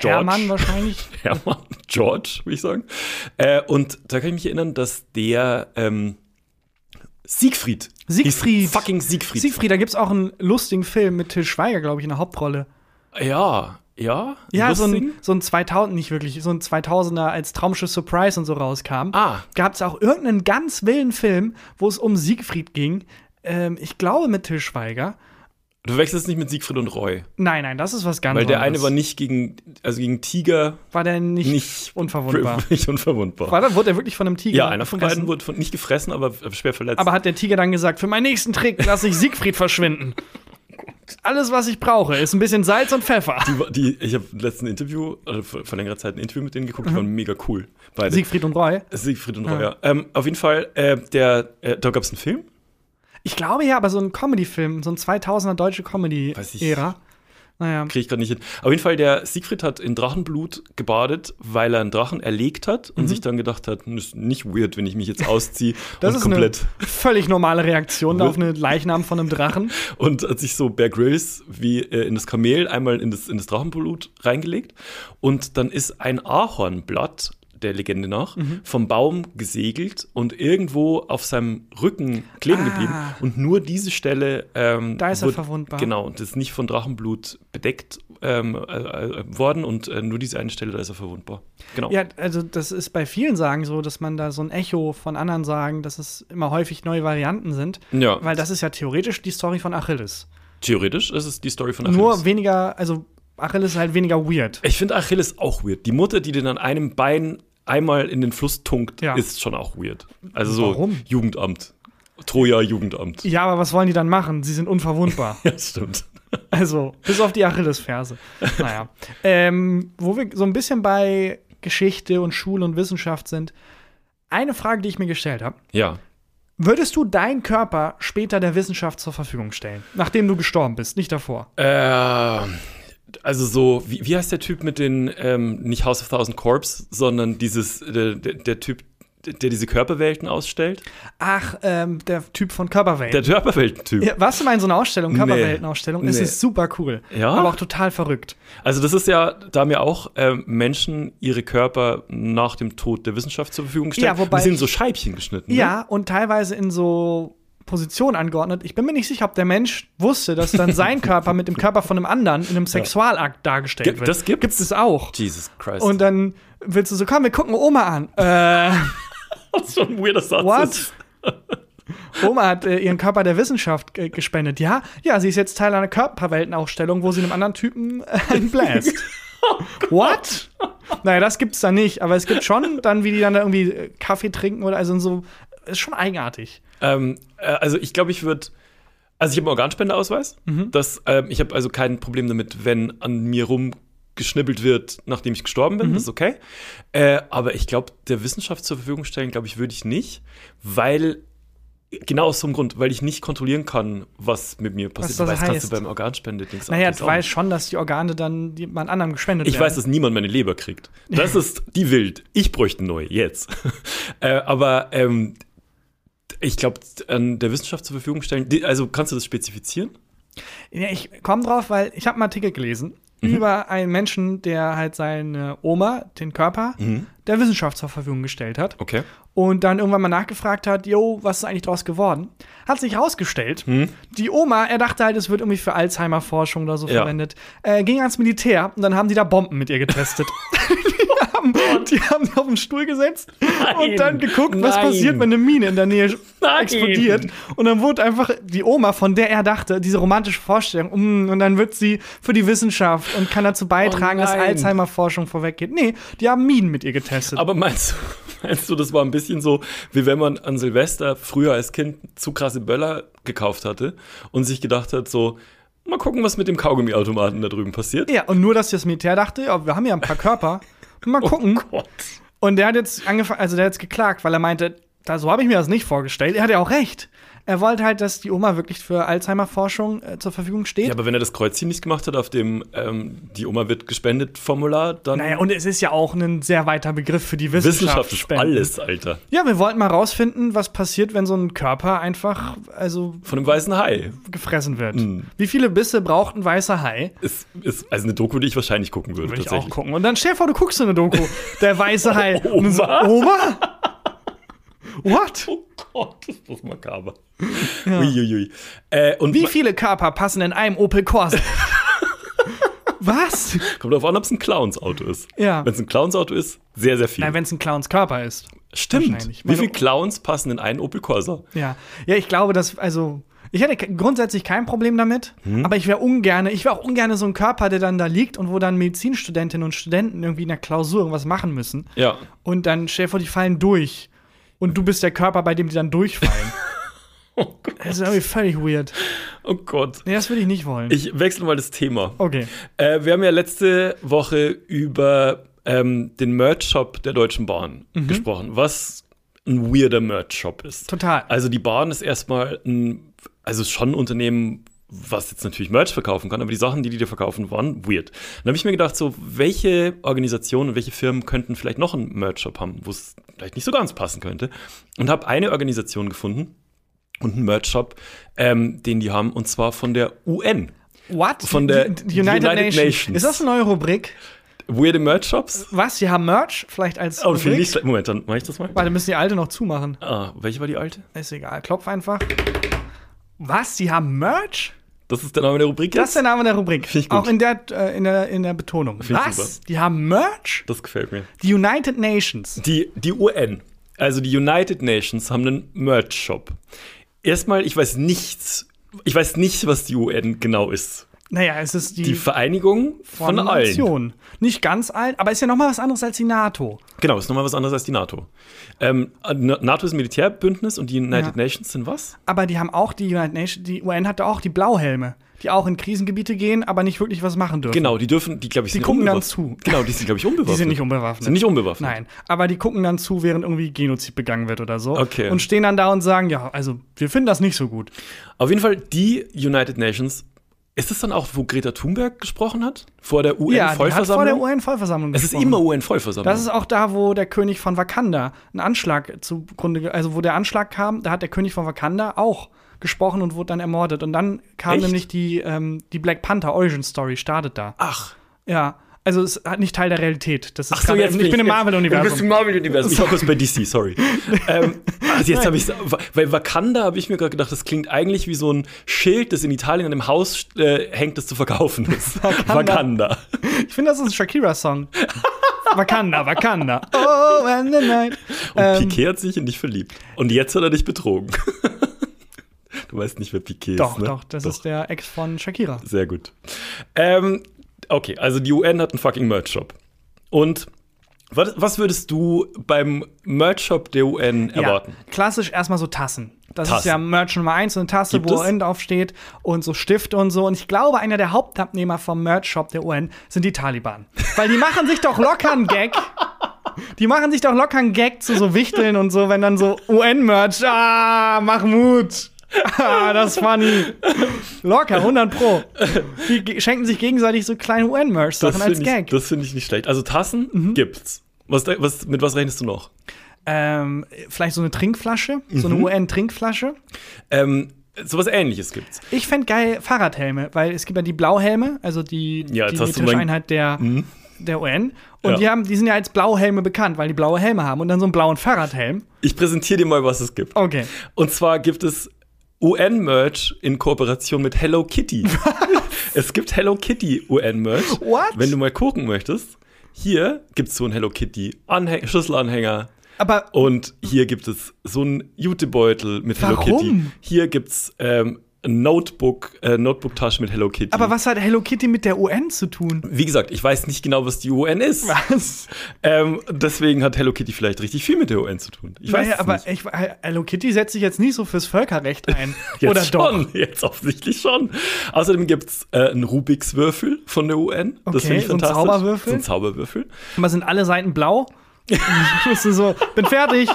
C: George.
B: Mhm. Hermann wahrscheinlich.
C: Hermann, George, würde ich sagen. Äh, und da kann ich mich erinnern, dass der ähm, Siegfried.
B: Siegfried.
C: hieß Fucking Siegfried.
B: Siegfried, da gibt es auch einen lustigen Film mit Till Schweiger, glaube ich, in der Hauptrolle.
C: Ja, ja.
B: Ja, so ein,
C: lustigen?
B: so ein 2000, nicht wirklich, so ein 2000er, als Traumschiff Surprise und so rauskam.
C: Ah.
B: Gab es auch irgendeinen ganz wilden Film, wo es um Siegfried ging. Ähm, ich glaube mit Till Schweiger.
C: Du wechselst nicht mit Siegfried und Roy.
B: Nein, nein, das ist was ganz
C: Weil der eine
B: anderes.
C: war nicht gegen, also gegen Tiger
B: War der nicht,
C: nicht
B: unverwundbar.
C: Nicht unverwundbar.
B: War, der- wurde er wirklich von einem Tiger?
C: ja, einer von
B: gefressen?
C: beiden wurde von, nicht gefressen, aber f- schwer verletzt.
B: Aber hat der Tiger dann gesagt, für meinen nächsten Trick lasse ich Siegfried verschwinden. Alles, was ich brauche, ist ein bisschen Salz und Pfeffer.
C: die, die, ich habe letzten Interview, also vor, vor längerer Zeit ein Interview mit denen geguckt, die waren mega cool. Beide.
B: Mhm. Siegfried und Roy.
C: Siegfried und Roy, ja. Ähm, auf jeden Fall, äh, der, äh, da gab es einen Film.
B: Ich glaube ja, aber so ein Comedy-Film, so ein 2000er deutsche
C: Weiß ich-
B: Comedy-Ära. Naja.
C: kriege ich gerade nicht hin. Auf jeden Fall, der Siegfried hat in Drachenblut gebadet, weil er einen Drachen erlegt hat
B: Mhm.
C: und sich dann gedacht hat, "N- ist nicht weird, wenn ich mich jetzt ausziehe
B: Das
C: und
B: ist
C: komplett.
B: eine völlig normale Reaktion auf einen Leichnam von einem Drachen.
C: Und hat sich so Bear Grylls wie äh, in das Kamel einmal in das, in das Drachenblut reingelegt. Und dann ist ein Ahornblatt, der Legende nach,
B: Mhm.
C: vom Baum gesegelt und irgendwo auf seinem Rücken kleben
B: Ah.
C: geblieben. Und nur diese Stelle. Ähm,
B: Da ist er verwundbar.
C: Genau, und ist nicht von Drachenblut bedeckt ähm, äh, äh, worden und äh, nur diese eine Stelle, da ist er verwundbar. Genau.
B: Ja, also das ist bei vielen Sagen so, dass man da so ein Echo von anderen Sagen, dass es immer häufig neue Varianten sind.
C: Ja.
B: Weil das ist ja theoretisch die Story von Achilles.
C: Theoretisch ist es die Story von Achilles.
B: Nur weniger, also Achilles ist halt weniger weird.
C: ich finde Achilles auch weird. Die Mutter, die den an einem Bein einmal in den Fluss tunkt,
B: Ja.
C: ist schon auch weird. Also so
B: Warum?
C: Jugendamt. Troja Jugendamt.
B: Ja, aber was wollen die dann machen? Sie sind unverwundbar.
C: Ja, stimmt.
B: Also, bis auf die Achillesferse. Naja. ähm, wo wir so ein bisschen bei Geschichte und Schule und Wissenschaft sind. Eine Frage, die ich mir gestellt habe.
C: Ja.
B: Würdest du deinen Körper später der Wissenschaft zur Verfügung stellen? Nachdem du gestorben bist, nicht davor.
C: Äh, also so, wie, wie heißt der Typ mit den, ähm, nicht House of Thousand Corps, sondern dieses, äh, der, der Typ, der diese Körperwelten ausstellt?
B: Ach, ähm, der Typ von Körperwelten.
C: Der Körperwelten-Typ.
B: ja, warst du mal in so einer Ausstellung, Körperweltenausstellung? Es
C: Nee.
B: ist super cool.
C: Ja?
B: Aber auch total verrückt.
C: Also das ist ja, da haben ja auch ähm, Menschen ihre Körper nach dem Tod der Wissenschaft zur Verfügung gestellt.
B: Ja, wobei
C: Die sind
B: ich-
C: so Scheibchen geschnitten. ne?
B: Ja, und teilweise in so Positionen angeordnet. Ich bin mir nicht sicher, ob der Mensch wusste, dass dann sein Körper mit dem Körper von einem anderen in einem Sexualakt dargestellt
C: Gibt-
B: wird.
C: das gibt's?
B: Gibt es auch.
C: Ne? Jesus Christ.
B: Und dann willst du so, komm, wir gucken Oma an. Äh,
C: das ist schon ein weirder Satz.
B: what? Oma hat äh, ihren Körper der Wissenschaft äh, gespendet. Ja, ja, sie ist jetzt Teil einer Körperweltenausstellung, wo sie einem anderen Typen äh, einen bläst.
C: Oh
B: What? Naja, das gibt's da nicht, aber es gibt schon dann, wie die dann da irgendwie äh, Kaffee trinken oder also so, ist schon eigenartig.
C: Ähm, äh, also ich glaube, ich würde. Also ich habe einen Organspendeausweis.
B: Mhm.
C: Das, ähm, ich habe also kein Problem damit, wenn an mir rumgeschnibbelt wird, nachdem ich gestorben
B: Mhm.
C: bin. Das ist okay. Äh, aber ich glaube, der Wissenschaft zur Verfügung stellen, glaube ich, würde ich nicht, weil genau aus so einem Grund, weil ich nicht kontrollieren kann, was mit mir passiert.
B: das
C: Wobei, kannst
B: heißt.
C: du beim Organspende nichts
B: Naja,
C: anderes
B: du
C: auch
B: weißt schon, dass die Organe dann jemand anderem gespendet
C: Ich
B: werden.
C: weiß, dass niemand meine Leber kriegt. Das ist die wild. Ich bräuchte neu, jetzt. äh, aber ähm, ich glaube, an der Wissenschaft zur Verfügung stellen, die, also kannst du das spezifizieren?
B: Ja, ich komme drauf, weil ich habe einen Artikel gelesen
C: Mhm.
B: über einen Menschen, der halt seine Oma, den Körper,
C: Mhm.
B: der Wissenschaft zur Verfügung gestellt hat.
C: Okay.
B: Und dann irgendwann mal nachgefragt hat, jo, was ist eigentlich draus geworden? Hat sich rausgestellt,
C: Hm?
B: die Oma, er dachte halt, es wird irgendwie für Alzheimer-Forschung oder so
C: Ja.
B: verwendet, äh, ging ans Militär und dann haben die da Bomben mit ihr getestet.
C: Oh
B: die, haben, die haben sie auf den Stuhl gesetzt
C: Nein.
B: und dann geguckt, was
C: Nein.
B: passiert, wenn eine Mine in der Nähe
C: Nein.
B: explodiert. Und dann wurde einfach die Oma, von der er dachte, diese romantische Vorstellung, mm, und dann wird sie für die Wissenschaft und kann dazu beitragen, dass
C: Oh nein.
B: Alzheimer-Forschung vorweggeht. Nee, die haben Minen mit ihr getestet.
C: Aber meinst du, meinst du, das war ein bisschen so, wie wenn man an Silvester früher als Kind zu krasse Böller gekauft hatte und sich gedacht hat, so, "Mm, mal gucken, was mit dem Kaugummiautomaten da drüben passiert.
B: Ja, und nur, dass das Militär dachte, ja, wir haben ja ein paar Körper. Mal gucken.
C: Oh Gott.
B: Und der hat jetzt angefangen, also der hat jetzt geklagt, weil er meinte, da, so habe ich mir das nicht vorgestellt. Er hat ja auch recht. Er wollte halt, dass die Oma wirklich für Alzheimer-Forschung äh, zur Verfügung steht.
C: Ja, aber wenn er das Kreuzchen nicht gemacht hat auf dem ähm, Die Oma wird gespendet Formular, dann
B: naja, und es ist ja auch ein sehr weiter Begriff für die Wissenschaft.
C: Wissenschaft ist
B: Spenden.
C: alles, Alter.
B: Ja, wir wollten mal rausfinden, was passiert, wenn so ein Körper einfach, also
C: Von einem weißen Hai.
B: gefressen wird.
C: Hm.
B: Wie viele Bisse braucht ein weißer Hai?
C: Ist, ist also eine Doku, die ich wahrscheinlich gucken würde,
B: Würde ich auch
C: tatsächlich.
B: gucken. Und dann stell dir vor, du guckst so eine Doku, der weiße Hai. Und dann so,
C: Oma?
B: Oma? What?
C: Oh Gott, ist das makaber. Uiuiui. Äh, und
B: Wie
C: ma-
B: viele Körper passen in einem Opel Corsa? Was?
C: kommt darauf an, ob es ein Clowns-Auto ist.
B: Ja.
C: Wenn es ein Clowns-Auto ist, sehr, sehr viel.
B: Nein, wenn es ein Clowns Körper ist. wahrscheinlich.
C: Stimmt. Wie
B: Meine-
C: viele Clowns passen in einen Opel Corsa?
B: Ja. Ja, ich glaube, dass, also, ich hätte ke- grundsätzlich kein Problem damit,
C: Hm?
B: aber ich wäre ungerne, ich wäre auch ungerne so ein Körper, der dann da liegt und wo dann Medizinstudentinnen und Studenten irgendwie in der Klausur irgendwas machen müssen.
C: Ja.
B: Und dann, stell dir vor, die fallen durch. Und du bist der Körper, bei dem die dann durchfallen.
C: Oh Gott.
B: Das ist irgendwie völlig weird.
C: Oh Gott.
B: Nee, das würde ich nicht wollen.
C: Ich wechsle mal das Thema.
B: okay.
C: Äh, wir haben ja letzte Woche über ähm, den Merch-Shop der Deutschen Bahn gesprochen, was ein weirder Merch-Shop ist.
B: Total.
C: Also die Bahn ist erstmal ein, also ist schon ein Unternehmen, was jetzt natürlich Merch verkaufen kann, aber die Sachen, die die dir verkaufen, waren weird. Dann habe ich mir gedacht, so, welche Organisationen und welche Firmen könnten vielleicht noch einen Merch-Shop haben, wo es vielleicht nicht so ganz passen könnte. Und habe eine Organisation gefunden und einen Merch-Shop, ähm, den die haben, und zwar von der UN.
B: What?
C: Von der
B: Die- die United,
C: United
B: Nations.
C: Nations.
B: Ist das eine neue Rubrik?
C: Weirde Merch-Shops?
B: Was? Sie haben Merch? Vielleicht als.
C: Oh, finde
B: Rubrik?
C: ich. Moment, dann mache ich das mal.
B: Warte, müssen die alte noch zumachen.
C: Ah, welche war die alte?
B: Ist egal. Klopf einfach. Was? Sie haben Merch?
C: Das ist der Name der Rubrik
B: Das ist
C: jetzt?
B: der Name der Rubrik.
C: Finde ich gut.
B: Auch in der, äh, in der, in der Betonung.
C: ich
B: Was?
C: super.
B: Die haben Merch?
C: Das gefällt mir.
B: Die United Nations.
C: Die, die UN, also die United Nations, haben einen Merch-Shop. Erstmal, ich weiß nichts. Ich weiß nicht, was die UN genau ist.
B: Naja, es ist die,
C: Die Vereinigung von, allen.
B: Nation. Nicht ganz alt, aber ist ja noch mal was anderes als die NATO.
C: Genau, ist nochmal was anderes als die NATO. Ähm, Na- NATO ist ein Militärbündnis und die United
B: Ja.
C: Nations sind was?
B: Aber die haben auch die United Nations, die UN hatte auch die Blauhelme, die auch in Krisengebiete gehen, aber nicht wirklich was machen dürfen.
C: Genau, die dürfen, die glaube ich, sind
B: gucken dann
C: unbewaffnet.
B: zu.
C: Genau, die sind glaube ich unbewaffnet.
B: Die sind nicht unbewaffnet.
C: Sind nicht unbewaffnet.
B: Nein, aber die gucken dann zu, während irgendwie Genozid begangen wird oder so.
C: Okay.
B: Und stehen dann da und sagen, ja, also wir finden das nicht so gut.
C: Auf jeden Fall die United Nations. Ist es dann auch, wo Greta Thunberg gesprochen hat? Vor der
B: ja, die hat vor der
C: UN-Vollversammlung?
B: UN-Vollversammlung
C: es ist immer UN-Vollversammlung.
B: Das ist auch da, wo der König von Wakanda einen Anschlag zugrunde, ge- also wo der Anschlag kam, da hat der König von Wakanda auch gesprochen und wurde dann ermordet. Und dann kam
C: Echt?
B: nämlich die, ähm, die Black Panther Origin Story, startet da.
C: Ach,
B: Ja, also es hat nicht Teil der Realität. Das ist
C: ach so,
B: gerade-
C: jetzt
B: ich bin im
C: Du bist im
B: Marvel-Universum.
C: Marvel-Universum. Ich war kurz bei DC, sorry. ähm, also jetzt habe ich Weil Wakanda habe ich mir gerade gedacht, das klingt eigentlich wie so ein Schild, das in Italien an dem Haus äh, hängt, das zu verkaufen ist. Wakanda.
B: Ich finde, das ist ein Shakira-Song. Wakanda, Wakanda. Oh, and the night. Ähm,
C: Und Piquet hat sich in dich verliebt. Und jetzt hat er dich betrogen. du weißt nicht, wer Piquet ist.
B: Doch,
C: ne?
B: doch, das ist der Ex von Shakira.
C: Sehr gut. Ähm, okay, also die UN hat einen fucking Merch-Shop. Und was, was würdest du beim Merch-Shop der UN erwarten?
B: Ja, klassisch erstmal so Tassen. Das ist
C: Tassen.
B: ja Merch Nummer eins, so eine Tasse,
C: Gibt
B: wo
C: es?
B: UN draufsteht und so Stift und so. Und ich glaube, einer der Hauptabnehmer vom Merch-Shop der UN sind die Taliban. Weil die machen sich doch locker einen Gag. Die machen sich doch locker einen Gag zu so Wichteln und so, wenn dann so UN-Merch, ah, Mahmoud. Ah, das ist funny. Locker, 100 Pro. Die ge- schenken sich gegenseitig so kleine UN-Merch-Sachen als
C: finde ich,
B: Gag. Mhm.
C: das finde ich nicht schlecht. Also Tassen gibt's. Was, was, mit was rechnest du noch?
B: Ähm, vielleicht so eine Trinkflasche, so
C: Mhm.
B: eine UN-Trinkflasche.
C: Ähm, sowas ähnliches gibt's.
B: Ich fände geil Fahrradhelme, weil es gibt ja die Blauhelme, also die,
C: Ja,
B: die
C: jetzt hast
B: militärische
C: du mein- Mhm.
B: Einheit der, der UN. Und
C: Ja.
B: die, haben, die sind ja als Blauhelme bekannt, weil die blaue Helme haben und dann so einen blauen Fahrradhelm.
C: Ich präsentiere dir mal, was es gibt.
B: Okay.
C: Und zwar gibt es UN-Merch in Kooperation mit Hello Kitty. es gibt Hello Kitty UN-Merch.
B: What?
C: Wenn du mal gucken möchtest, hier gibt es so einen Hello Kitty Anhäng Schlüsselanhänger.
B: Aber
C: Und hier gibt es so einen Jutebeutel mit Hello
B: Warum?
C: Kitty. Hier gibt es ähm, Notebook, äh, Notebook-Tasche mit Hello Kitty.
B: Aber was hat Hello Kitty mit der UN zu tun?
C: Wie gesagt, ich weiß nicht genau, was die UN ist.
B: Was?
C: Ähm, deswegen hat Hello Kitty vielleicht richtig viel mit der UN zu tun. Ich weiß
B: naja,
C: es
B: aber äh,
C: nicht.
B: ich, Hello Kitty setzt sich jetzt nicht so fürs Völkerrecht ein.
C: Jetzt
B: Oder doch?
C: schon, jetzt offensichtlich schon. Außerdem gibt es äh, einen Rubikswürfel von der UN.
B: Okay,
C: das finde ich
B: so ein
C: fantastisch.
B: Zauberwürfel?
C: So ein Zauberwürfel.
B: Immer sind alle Seiten blau. Weißt du, so, bin fertig.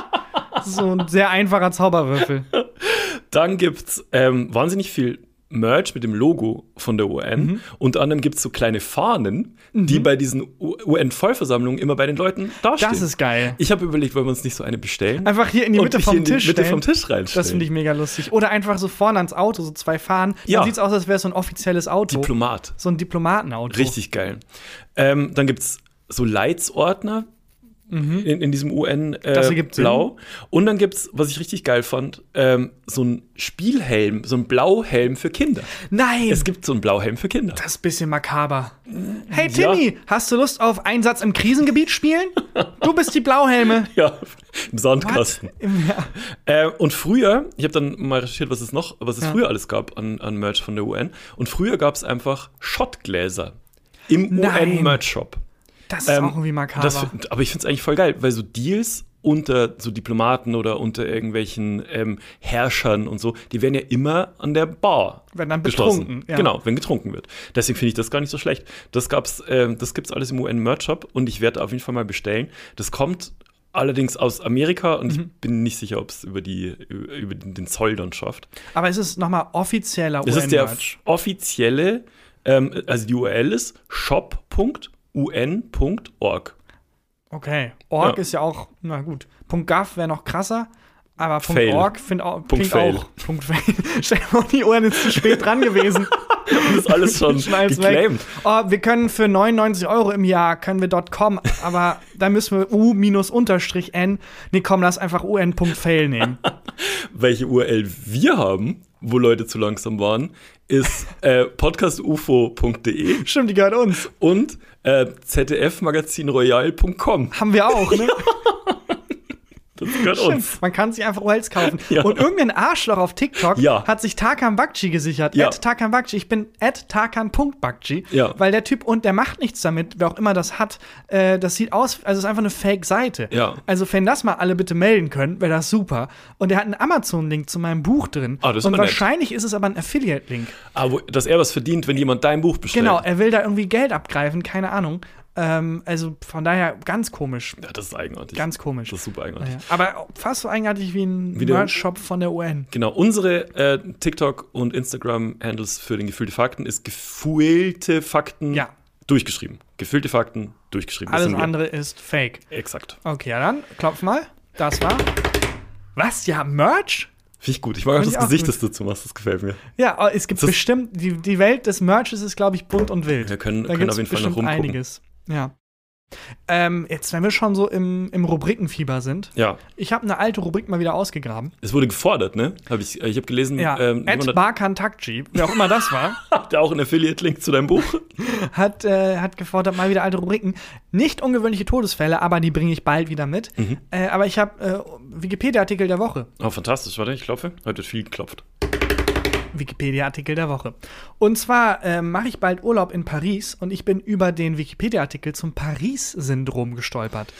B: Das ist So ein sehr einfacher Zauberwürfel.
C: Dann gibt es ähm, wahnsinnig viel Merch mit dem Logo von der UN.
B: Mhm.
C: Unter anderem gibt es so kleine Fahnen, die bei diesen UN-Vollversammlungen immer bei den Leuten dastehen.
B: Das ist geil.
C: ich habe überlegt, wollen wir uns nicht so eine bestellen?
B: Einfach hier in die
C: Und
B: Mitte
C: mich
B: vom
C: in die
B: Tisch.
C: Mitte
B: stellen.
C: vom Tisch reinstellen.
B: Das finde ich mega lustig. Oder einfach so vorne ans Auto, so zwei Fahnen. Dann
C: Ja.
B: sieht's aus, als wäre es so ein offizielles Auto.
C: Diplomat.
B: so ein Diplomatenauto.
C: Richtig geil. Ähm, dann gibt es so Leitsordner in, in diesem UN äh,
B: Mhm. Das ergibt Sinn.
C: Blau. Und dann gibt es, was ich richtig geil fand, ähm, so ein Spielhelm, so ein Blauhelm für Kinder.
B: Nein!
C: Es gibt so einen Blauhelm für Kinder.
B: das ist ein bisschen makaber. Hey
C: Ja.
B: Timmy, hast du Lust auf Einsatz im Krisengebiet spielen? Du bist die Blauhelme.
C: Ja, im
B: Was?
C: Sandkasten.
B: Ja.
C: Äh, und früher, ich habe dann mal recherchiert, was es noch, was es früher alles gab an, an Merch von der UN. Und früher gab es einfach Schottgläser im
B: Nein.
C: UN-Merch-Shop.
B: Das ist
C: Ähm,
B: auch irgendwie makaber.
C: das find- aber ich finde es eigentlich voll geil, weil so Deals unter so Diplomaten oder unter irgendwelchen ähm, Herrschern und so, die werden ja immer an der Bar.
B: Wenn dann
C: geschlossen.
B: betrunken, ja.
C: Genau, wenn getrunken wird. Deswegen finde ich das gar nicht so schlecht. Das gab's, ähm, das gibt's alles im UN-Merch-Shop und ich werde auf jeden Fall mal bestellen. Das kommt allerdings aus Amerika und
B: Mhm.
C: ich bin nicht sicher, ob es über, die, über den den Zoll dann schafft.
B: Aber es ist nochmal offizieller
C: Das ist der
B: UN-Merch.
C: offizielle, ähm, also die URL ist shop.un.org.
B: Okay. Org
C: Ja.
B: ist ja auch, na gut. Punkt .gov wäre noch krasser. Aber Punkt
C: Fail.
B: .org find au,
C: Punkt
B: klingt
C: fail.
B: auch. Punkt fail. Stell dir mal vor, die UN ist zu spät dran gewesen.
C: Das ist alles schon
B: Schneid's
C: geclaimed.
B: Weg. Oh, wir können für 99 Euro im Jahr können wir .com, aber da müssen wir u minus unterstrich n. Nee, komm, lass einfach un.fail nehmen.
C: Welche URL wir haben, wo Leute zu langsam waren, ist äh, podcastufo.de
B: Stimmt, die gehört uns.
C: E und äh, zdfmagazinroyal.com.
B: Haben wir auch, ne?
C: Das gehört uns.
B: Man kann sich einfach URLs kaufen.
C: Ja.
B: Und irgendein Arschloch auf TikTok
C: Ja.
B: hat sich Tarkan Bakci gesichert.
C: Ja.
B: At Tarkan Bakci. Ich bin at Tarkan.bakci.
C: Ja.
B: Weil der Typ, und der macht nichts damit, wer auch immer das hat, äh, das sieht aus, also es ist einfach eine Fake-Seite.
C: Ja.
B: Also, wenn das mal alle bitte melden können, wäre das super. Und er hat einen Amazon-Link zu meinem Buch drin.
C: Ah, das ist
B: und
C: aber nett.
B: wahrscheinlich ist es aber ein Affiliate-Link.
C: Aber Ah, dass er was verdient, wenn jemand dein Buch bestellt.
B: Genau, er will da irgendwie Geld abgreifen, keine Ahnung. Ähm, also von daher ganz komisch.
C: Ja, das ist eigenartig.
B: Ganz komisch.
C: Das ist super eigenartig.
B: Ja. Aber fast so eigenartig wie ein
C: Wie der-
B: Merch-Shop von der UN.
C: Genau, unsere äh, TikTok- und Instagram-Handles für den Gefühlte Fakten ist gefühlte Fakten
B: Ja.
C: durchgeschrieben. Gefühlte Fakten durchgeschrieben. Das
B: Alles
C: sind wir.
B: andere ist fake.
C: Exakt.
B: Okay, ja dann, klopf mal. Das war. Was? Ja, Merch?
C: Finde ich gut. Ich mag auch
B: Finde
C: das
B: ich auch
C: Gesicht,
B: gut.
C: das du dazu machst. Das gefällt mir.
B: Ja, oh, es gibt
C: Das-
B: bestimmt, die, die Welt des Merches ist, glaube ich, bunt und wild.
C: Wir können-
B: Da
C: können
B: gibt's
C: auf jeden Fall noch
B: bestimmt
C: rumgucken.
B: einiges. Ja. Ähm, jetzt, wenn wir schon so im, im Rubrikenfieber sind,
C: Ja.
B: ich habe eine alte Rubrik mal wieder ausgegraben.
C: Es wurde gefordert, ne? Hab ich ich habe gelesen,
B: Ja,
C: ähm,
B: Ed
C: jemand
B: Barkan Takci, wer auch immer das war,
C: hat da auch einen Affiliate-Link zu deinem Buch.
B: hat, äh, hat gefordert, mal wieder alte Rubriken. Nicht ungewöhnliche Todesfälle, aber die bringe ich bald wieder mit.
C: Mhm.
B: Äh, aber ich habe äh, Wikipedia-Artikel der Woche.
C: Oh, fantastisch. Warte, ich klopfe. Heute wird viel geklopft.
B: Wikipedia-Artikel der Woche. Und zwar ähm, mache ich bald Urlaub in Paris und ich bin über den Wikipedia-Artikel zum Paris-Syndrom gestolpert.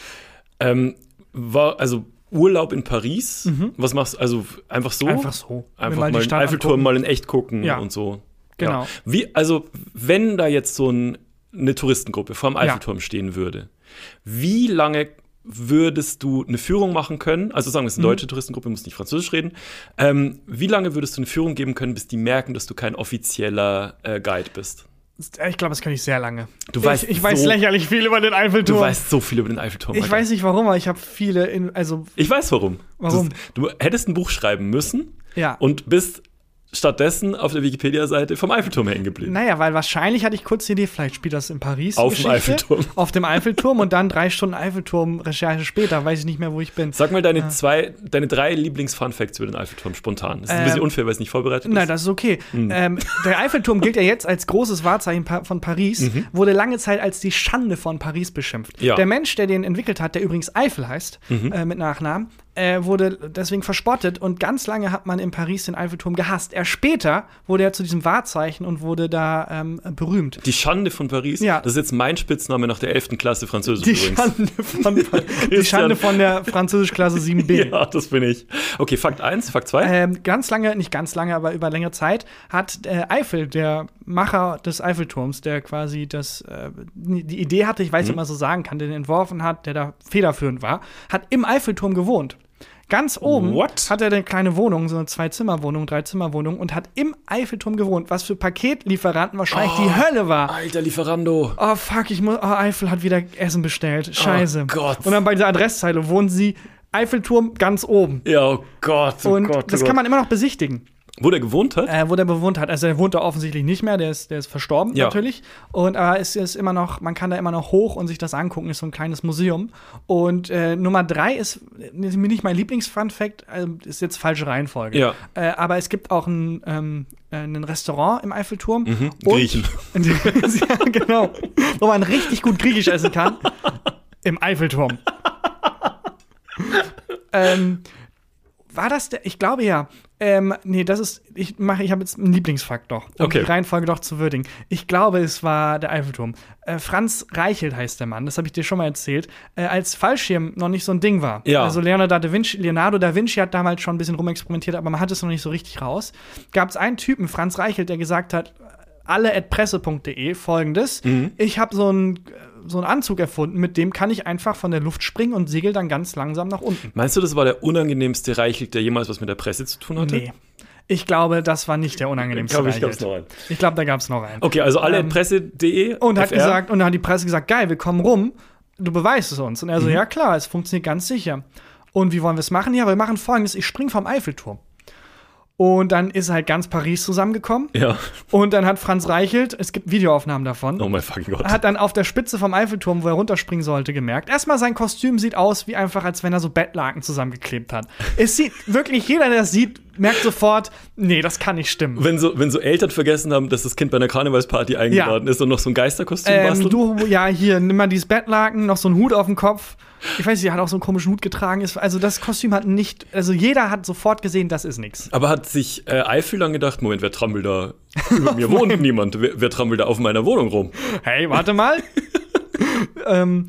C: Ähm, war, also Urlaub in Paris. Was machst du? Also einfach so?
B: Mhm. Einfach so. Mir
C: Einfach
B: mal
C: mal,
B: die
C: den
B: Stadt
C: Eiffelturm
B: angucken.
C: mal in echt gucken
B: Ja.
C: und so.
B: Genau.
C: Ja. Wie, also, wenn da jetzt so ein, eine Touristengruppe vor dem Eiffelturm stehen würde, wie lange würdest du eine Führung machen können? Also sagen wir,
B: Mhm.
C: es ist eine deutsche Touristengruppe, muss nicht Französisch reden. Ähm, wie lange würdest du eine Führung geben können, bis die merken, dass du kein offizieller äh, Guide bist?
B: Äh, Ich glaube, das kann ich sehr lange.
C: Du weißt
B: ich, ich weiß
C: so-
B: lächerlich viel über den Eiffelturm.
C: Du weißt so viel über den Eiffelturm.
B: ich
C: Alter.
B: weiß nicht warum, aber ich habe viele, in, also
C: ich weiß warum.
B: Warum?
C: Das- Du hättest ein Buch schreiben müssen
B: ja.
C: und bist stattdessen auf der Wikipedia-Seite vom Eiffelturm hängen geblieben.
B: Naja, weil wahrscheinlich hatte ich kurz die Idee, vielleicht spielt das in Paris.
C: Auf dem
B: Geschichte,
C: Eiffelturm.
B: Auf dem Eiffelturm und dann drei Stunden Eiffelturm-Recherche später, weiß ich nicht mehr, wo ich bin.
C: Sag mal deine zwei, deine drei Lieblings-Fun-Facts über den Eiffelturm spontan. Das ist ein
B: Ähm,
C: bisschen unfair, weil es nicht vorbereitet
B: Nein,
C: ist. Hm.
B: das ist okay. Ähm, der Eiffelturm gilt ja jetzt als großes Wahrzeichen pa- von Paris, wurde lange Zeit als die Schande von Paris beschimpft.
C: Mhm. Ja. Mhm.
B: Der Mensch, der den entwickelt hat, der übrigens Eiffel heißt, äh, mit Nachnamen, äh, wurde deswegen verspottet und ganz lange hat man in Paris den Eiffelturm gehasst. Erst später wurde er zu diesem Wahrzeichen und wurde da ähm, berühmt.
C: Die Schande von Paris.
B: Ja.
C: Das ist jetzt mein Spitzname nach der 11. Klasse Französisch
B: Die
C: übrigens.
B: Schande, von, die Schande von der Französischklasse 7b.
C: Ja, das bin ich. Okay, Fakt 1, Fakt 2.
B: Ähm, ganz lange, nicht ganz lange, aber über längere Zeit hat äh, Eiffel, der Macher des Eiffelturms, der quasi das, äh, die Idee hatte, ich weiß nicht,
C: Mhm.
B: ob man so sagen kann, den entworfen hat, der da federführend war, hat im Eiffelturm gewohnt. Ganz oben
C: What?
B: hat er eine kleine Wohnung, so eine Zwei-Zimmer-Wohnung, Drei-Zimmer-Wohnung und hat im Eiffelturm gewohnt, was für Paketlieferanten wahrscheinlich
C: Oh.
B: die Hölle war.
C: Alter Lieferando.
B: Oh fuck, ich muss. Oh, Eiffel hat wieder Essen bestellt. Scheiße.
C: Oh Gott.
B: Und dann bei dieser Adresszeile wohnen sie Eiffelturm ganz oben.
C: Ja, oh Gott. Oh
B: Und
C: Gott, oh
B: das
C: Gott.
B: kann man immer noch besichtigen
C: Wo der gewohnt hat?
B: äh, wo der bewohnt hat. Also er wohnt da offensichtlich nicht mehr, der ist, der ist verstorben
C: Ja.
B: natürlich. Und aber es ist immer noch, man kann da immer noch hoch und sich das angucken, ist so ein kleines Museum. Und äh, Nummer drei ist äh, nicht mein Lieblings-Fun-Fact, äh, ist jetzt falsche Reihenfolge.
C: Ja.
B: Äh, aber es gibt auch ein, ähm, äh, ein Restaurant im Eiffelturm. Und-
C: Mhm. Griechen.
B: ja, genau. Wo man richtig gut Griechisch essen kann. Im Eiffelturm. ähm, war das der? Ich glaube ja. Ähm, nee, das ist. Ich mache, ich habe jetzt einen Lieblingsfakt noch, um
C: Okay.
B: die Reihenfolge doch zu würdigen. Ich glaube, es war der Eiffelturm. Äh, Franz Reichelt heißt der Mann, das habe ich dir schon mal erzählt, äh, als Fallschirm noch nicht so ein Ding war.
C: Ja.
B: Also Leonardo da Vinci, Leonardo da Vinci hat damals schon ein bisschen rumexperimentiert, aber man hat es noch nicht so richtig raus. Gab es einen Typen, Franz Reichelt, der gesagt hat, alle at presse.de folgendes:
C: Mhm.
B: Ich habe so einen so einen Anzug erfunden, mit dem kann ich einfach von der Luft springen und segel dann ganz langsam nach unten.
C: Meinst du, das war der unangenehmste Reichelt, der jemals was mit der Presse zu tun hatte?
B: Oh, Nee. Ich glaube, das war nicht der unangenehmste.
C: Ich glaube, ich
B: Reichelt.
C: gab's noch einen.
B: Ich glaube, da gab es noch einen.
C: Okay, also alle Presse.de.
B: Ähm, Und hat
C: FR.
B: gesagt, und dann hat die Presse gesagt, geil, wir kommen rum, du beweist es uns. Und er so,
C: Mhm.
B: ja klar, es funktioniert ganz sicher. Und wie wollen wir es machen? Ja, wir machen folgendes, ich spring vom Eiffelturm. Und dann ist halt ganz Paris zusammengekommen.
C: Ja.
B: Und dann hat Franz Reichelt, es gibt Videoaufnahmen davon,
C: Oh mein fucking Gott.
B: hat dann auf der Spitze vom Eiffelturm, wo er runterspringen sollte, gemerkt. Erstmal sein Kostüm sieht aus wie einfach, als wenn er so Bettlaken zusammengeklebt hat. Es sieht wirklich, jeder, der es sieht, merkt sofort, nee, das kann nicht stimmen.
C: wenn so, wenn so Eltern vergessen haben, dass das Kind bei einer Karnevalsparty eingeladen ist und noch so ein Geisterkostüm
B: Ähm,
C: bastelt.
B: du, ja, hier, nimm mal dieses Bettlaken, noch so einen Hut auf dem Kopf. Ich weiß nicht, er hat auch so einen komischen Hut getragen. Ist- Also das Kostüm hat nicht, also jeder hat sofort gesehen, das ist nichts.
C: Aber hat sich äh, Eifel dann gedacht, Moment, wer trampelt da? Über mir wohnt niemand. Wer, wer trampelt da auf meiner Wohnung rum?
B: hey, warte mal. ähm,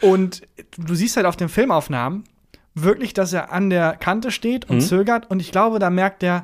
B: und du siehst halt auf den Filmaufnahmen wirklich, dass er an der Kante steht und zögert und ich glaube, da merkt er,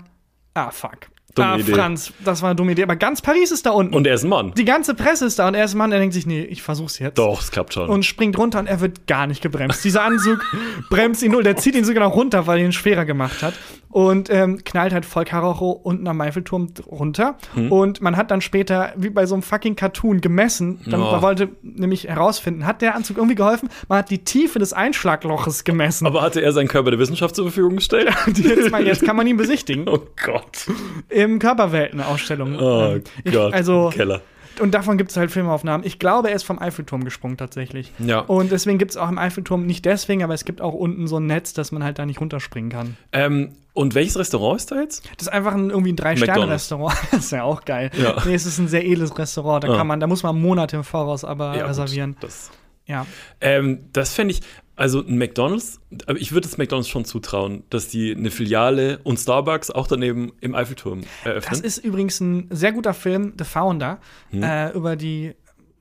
B: ah, fuck.
C: Dumme
B: ah,
C: Idee.
B: Franz, das war eine dumme Idee. Aber ganz Paris ist da unten.
C: Und er ist ein Mann.
B: die ganze Presse ist da und er ist ein Mann, der denkt sich, nee, ich versuch's jetzt.
C: Doch, es klappt schon.
B: Und springt runter und er wird gar nicht gebremst. Dieser Anzug bremst ihn null. Der zieht ihn sogar noch runter, weil er ihn schwerer gemacht hat. Und ähm, knallt halt voll Karacho unten am Eiffelturm runter.
C: Hm.
B: Und man hat dann später, wie bei so einem fucking Cartoon, gemessen. Dann,
C: Ja.
B: Man wollte nämlich herausfinden, hat der Anzug irgendwie geholfen? Man hat die Tiefe des Einschlagloches gemessen.
C: Aber hatte er seinen Körper der Wissenschaft zur Verfügung gestellt?
B: jetzt, mal, jetzt kann man ihn besichtigen.
C: Oh Gott.
B: Im Körperweltenausstellung.
C: Oh
B: Ähm, ich-
C: Gott.
B: Also,
C: Keller.
B: Und davon gibt es halt Filmaufnahmen. Ich glaube, er ist vom Eiffelturm gesprungen tatsächlich.
C: Ja.
B: Und deswegen gibt es auch im Eiffelturm, nicht deswegen, aber es gibt auch unten so ein Netz, dass man halt da nicht runterspringen kann.
C: Ähm, und welches Restaurant ist da jetzt?
B: Das ist einfach ein, irgendwie ein Drei-Sterne-Restaurant. Das ist ja auch geil.
C: Ja.
B: Nee, es ist ein sehr edles Restaurant. Da
C: Ja.
B: kann man, da muss man Monate im Voraus aber
C: gut,
B: Äh, reservieren.
C: Das,
B: Ja.
C: ähm, das fände ich, also ein McDonalds, aber ich würde es McDonalds schon zutrauen, dass die eine Filiale und Starbucks auch daneben im Eiffelturm
B: Das
C: eröffnen.
B: ist übrigens ein sehr guter Film, The Founder,
C: Hm.
B: äh, über die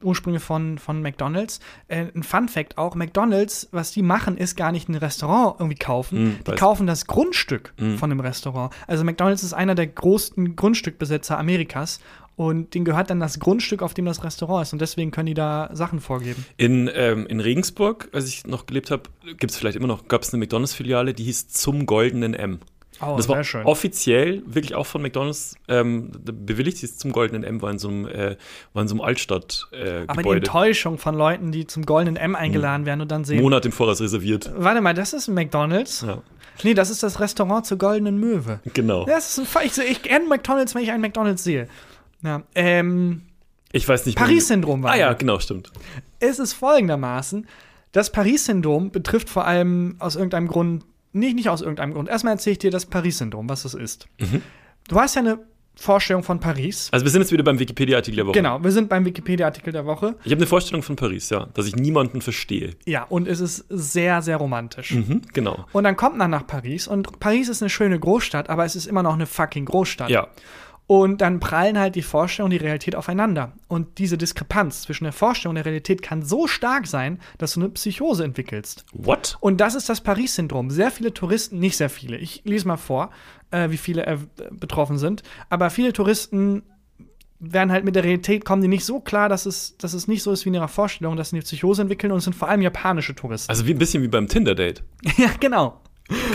B: Ursprünge von, von McDonalds. Äh, ein Fun Fact auch, McDonalds, was die machen, ist gar nicht ein Restaurant irgendwie kaufen.
C: Hm,
B: die
C: weiß. Hm.
B: kaufen das Grundstück von dem Restaurant. Also McDonalds ist einer der größten Grundstückbesitzer Amerikas. Und denen gehört dann das Grundstück, auf dem das Restaurant ist. Und deswegen können die da Sachen vorgeben.
C: in, ähm, in Regensburg, als ich noch gelebt habe, gibt es vielleicht immer noch, gab es eine McDonalds-Filiale, die hieß Zum Goldenen M.
B: Oh,
C: das war offiziell wirklich auch von McDonalds ähm, bewilligt. Sie ist zum Goldenen M, war in so einem, äh, war in so einem Altstadt-Gebäude.
B: Aber
C: Äh,
B: die
C: Gebäude. Hm.
B: Enttäuschung von Leuten, die zum Goldenen M eingeladen werden und dann sehen,
C: Monat im Voraus reserviert.
B: warte mal, das ist ein McDonalds?
C: Ja,
B: Nee, das ist das Restaurant zur Goldenen Möwe.
C: genau.
B: Das ist ein Fall. Ich, ich kenne McDonalds, wenn ich einen McDonalds sehe. Ja, ähm,
C: Ich weiß nicht mehr-
B: Paris-Syndrom war.
C: Ah ja, genau, stimmt.
B: Es ist folgendermaßen: Das Paris-Syndrom betrifft vor allem aus irgendeinem
C: Mhm.
B: Grund, nicht, nicht aus irgendeinem Grund. Erstmal erzähle ich dir das Paris-Syndrom, was das ist. Du hast ja eine Vorstellung von Paris.
C: Also wir sind jetzt wieder beim Wikipedia-Artikel der Woche.
B: Genau, wir sind beim Wikipedia-Artikel der Woche.
C: Ich habe eine Vorstellung von Paris, ja, dass ich niemanden verstehe.
B: Ja, und es ist sehr, sehr romantisch.
C: Mhm, genau.
B: Und dann kommt man nach Paris und Paris ist eine schöne Großstadt, aber es ist immer noch eine fucking Großstadt.
C: Ja.
B: Und dann prallen halt die Vorstellung und die Realität aufeinander. Und diese Diskrepanz zwischen der Vorstellung und der Realität kann so stark sein, dass du eine Psychose entwickelst.
C: What?
B: Und das ist das Paris-Syndrom. Sehr viele Touristen, nicht sehr viele, ich lese mal vor, äh, wie viele äh, betroffen sind, aber viele Touristen werden halt mit der Realität, kommen die nicht so klar, dass es, dass es nicht so ist wie in ihrer Vorstellung, dass sie eine Psychose entwickeln und es sind vor allem japanische Touristen.
C: Also wie ein bisschen wie beim Tinder-Date.
B: ja, genau.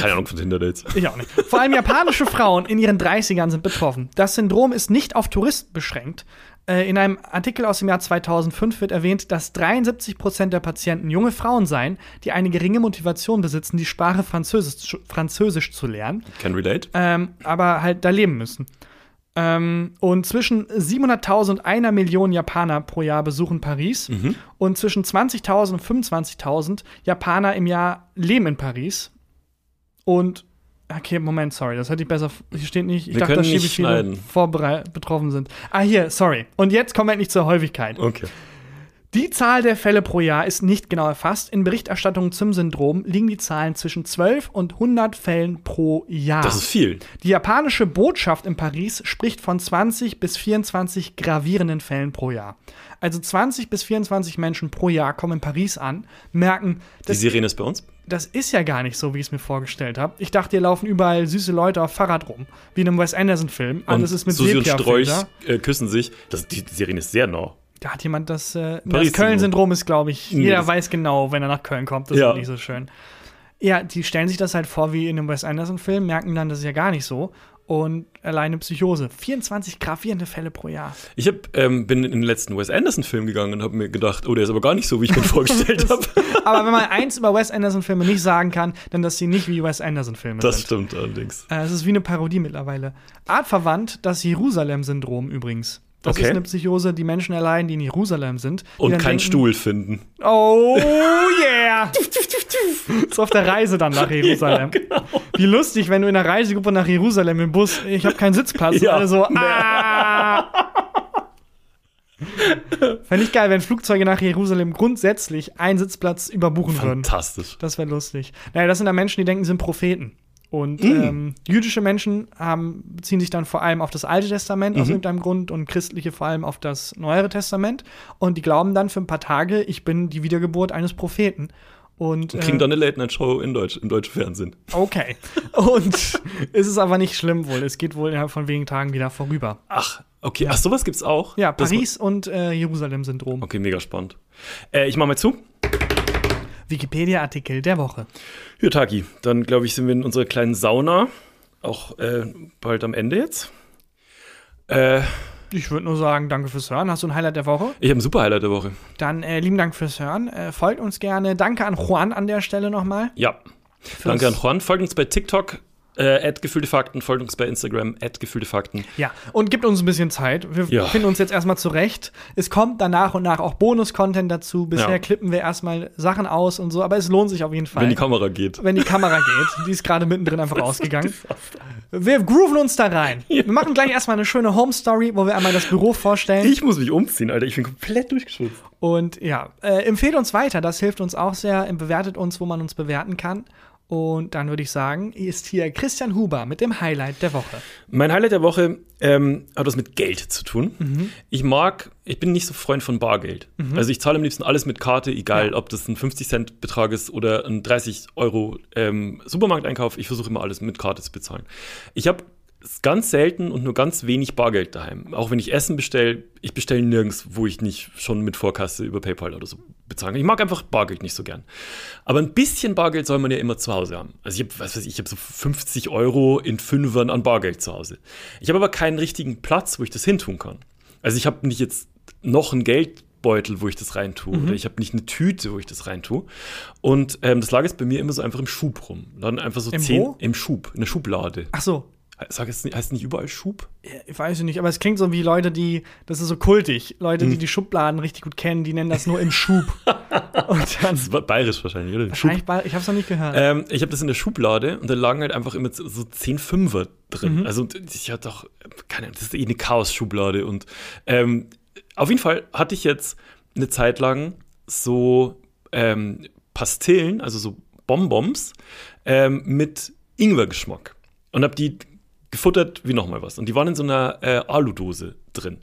C: Keine Ahnung von Tinder-Dates.
B: Ich auch nicht. Vor allem japanische Frauen in ihren 30ern sind betroffen. Das Syndrom ist nicht auf Touristen beschränkt. Äh, In einem Artikel aus dem Jahr 2005 wird erwähnt, dass 73 Prozent der Patienten junge Frauen seien, die eine geringe Motivation besitzen, die Sprache Französisch, Französisch zu lernen,
C: Can relate.
B: ähm, aber halt da leben müssen. Ähm, und zwischen 700.000 und einer Million Japaner pro Jahr besuchen Paris
C: Mhm.
B: und zwischen 20.000 und 25.000 Japaner im Jahr leben in Paris. Und okay, Moment, sorry, das hätte ich besser. Hier steht nicht. Ich
C: Wir
B: dachte,
C: können
B: da steht, wie
C: nicht
B: viele
C: schneiden.
B: vorbere- betroffen sind. Ah, hier, sorry. Und jetzt kommen wir endlich zur Häufigkeit.
C: Okay.
B: Die Zahl der Fälle pro Jahr ist nicht genau erfasst. In Berichterstattungen zum Syndrom liegen die Zahlen zwischen 12 und 100 Fällen pro Jahr.
C: Das ist viel.
B: Die japanische Botschaft in Paris spricht von 20 bis 24 gravierenden Fällen pro Jahr. Also 20 bis 24 Menschen pro Jahr kommen in Paris an, merken,
C: Die
B: das,
C: Sirene ist bei uns.
B: das ist ja gar nicht so, wie ich es mir vorgestellt habe. Ich dachte, hier laufen überall süße Leute auf Fahrrad rum, wie in einem Wes Anderson-Film.
C: Und
B: Alles ist mit
C: Susi und Sträuch
B: Sepia-Filter.
C: äh, küssen sich. Das, die Sirene ist sehr nah.
B: Da hat jemand das, äh, das
C: Paris-Syndrom.
B: Köln-Syndrom ist, glaube ich.
C: Nee,
B: Jeder
C: das-
B: weiß genau, wenn er nach Köln kommt, das
C: Ja.
B: ist nicht so schön. Ja, die stellen sich das halt vor wie in einem Wes Anderson-Film, merken dann, das ist ja gar nicht so. Und alleine Psychose. 24 gravierende Fälle pro Jahr.
C: Ich hab, ähm, bin in den letzten Wes Anderson-Film gegangen und habe mir gedacht, oh, der ist aber gar nicht so, wie ich mir vorgestellt habe.
B: Aber wenn man eins über Wes Anderson-Filme nicht sagen kann, dann, dass sie nicht wie Wes Anderson-Filme
C: Das
B: sind.
C: stimmt allerdings.
B: Äh, es ist wie eine Parodie mittlerweile. Artverwandt, das Jerusalem-Syndrom übrigens. Das
C: Okay.
B: ist eine Psychose, die Menschen erleiden, die in Jerusalem sind. die
C: Und
B: dann
C: keinen
B: denken,
C: Stuhl finden.
B: Oh yeah! so auf der Reise dann nach Jerusalem. Wie lustig, wenn du in der Reisegruppe nach Jerusalem im Bus, ich habe keinen Sitzplatz,
C: Ja.
B: und alle so, ah! Fände ich geil, wenn Flugzeuge nach Jerusalem grundsätzlich einen Sitzplatz überbuchen würden.
C: Fantastisch.
B: Das wäre lustig. Naja, das sind dann Menschen, die denken, sie sind Propheten. Und
C: Mm.
B: ähm, jüdische Menschen haben, beziehen sich dann vor allem auf das Alte Testament
C: Mhm.
B: aus irgendeinem Grund und christliche vor allem auf das Neuere Testament. Und die glauben dann für ein paar Tage, ich bin die Wiedergeburt eines Propheten. Und, äh,
C: Kriegen dann eine Late-Night-Show in Deutsch, im deutschen Fernsehen.
B: okay. Und es ist aber nicht schlimm wohl. Es geht wohl innerhalb von wenigen Tagen wieder vorüber.
C: Ach, okay. Ach, sowas gibt's auch?
B: Ja,
C: Das- Oh.
B: Paris und äh, Jerusalem-Syndrom.
C: Okay, mega spannend. Äh, ich mache mal zu.
B: Wikipedia-Artikel der Woche.
C: Ja, Taki, dann glaube ich, sind wir in unserer kleinen Sauna. Auch äh, bald am Ende jetzt. Äh,
B: Ich würde nur sagen, danke fürs Hören. Hast du ein Highlight der Woche?
C: ich habe ein super Highlight der Woche.
B: Dann äh, lieben Dank fürs Hören. Äh, folgt uns gerne. Danke an Juan an der Stelle nochmal.
C: Ja. Danke an Juan. Folgt uns bei TikTok, äh, at gefühlte Fakten. Folgt uns bei Instagram, at gefühlte Fakten.
B: Ja, und gibt uns ein bisschen Zeit. Wir
C: Ja.
B: finden uns jetzt erstmal zurecht. Es kommt dann nach und nach auch Bonus-Content dazu. Bisher
C: Ja.
B: klippen wir erstmal Sachen aus und so, aber es lohnt sich auf jeden Fall.
C: Wenn die Kamera geht.
B: wenn die Kamera geht, die ist gerade mittendrin einfach ausgegangen. Wir grooven uns da rein. Wir machen gleich erstmal eine schöne Home-Story, wo wir einmal das Büro vorstellen.
C: Ich muss mich umziehen, Alter. Ich bin komplett durchgeschwitzt.
B: Und ja, äh, empfehlt uns weiter, das hilft uns auch sehr. Bewertet uns, wo man uns bewerten kann. Und dann würde ich sagen, ist hier Christian Huber mit dem Highlight der Woche.
C: Mein Highlight der Woche ähm, hat was mit Geld zu tun. Ich mag, ich bin nicht so Freund von Bargeld. Also ich zahle am liebsten alles mit Karte, egal ob das ein 50-Cent-Betrag ist oder ein 30-Euro-Supermarkteinkauf. ich versuche immer alles mit Karte zu bezahlen. Ich habe ganz selten und nur ganz wenig Bargeld daheim. Auch wenn ich Essen bestelle, ich bestelle nirgends, wo ich nicht schon mit Vorkasse über PayPal oder so bezahlen kann. Ich mag einfach Bargeld nicht so gern. Aber ein bisschen Bargeld soll man ja immer zu Hause haben. Also ich habe, was weiß ich, ich habe so 50 Euro in Fünfern an Bargeld zu Hause. Ich habe aber keinen richtigen Platz, wo ich das hintun kann. Also ich habe nicht jetzt noch einen Geldbeutel, wo ich das
B: Mhm.
C: reintue. Oder ich habe nicht eine Tüte, wo ich das reintue. Und ähm, das lag jetzt bei mir immer so einfach im Schub rum. Dann einfach so
B: Im
C: zehn
B: wo?
C: im Schub, in der Schublade.
B: Ach so,
C: Sag jetzt, nicht- heißt nicht überall Schub?
B: Ich weiß nicht, aber es klingt so wie Leute, die, das ist so kultig, Leute,
C: Hm.
B: die die Schubladen richtig gut kennen, die nennen das nur im Schub. Und dann,
C: Das war bayerisch wahrscheinlich, oder? Schub.
B: ich, ich hab's noch nicht gehört.
C: Ähm, ich habe das in der Schublade und da lagen halt einfach immer so 10 Fünfer drin. Also d- ich hatte doch, keine Ahnung, das ist eh eine Chaos-Schublade. Und ähm, auf jeden Fall hatte ich jetzt eine Zeit lang so ähm, Pastillen, also so Bonbons ähm, mit Ingwergeschmack. Und habe die gefuttert wie nochmal was. Und die waren in so einer äh, Aludose drin.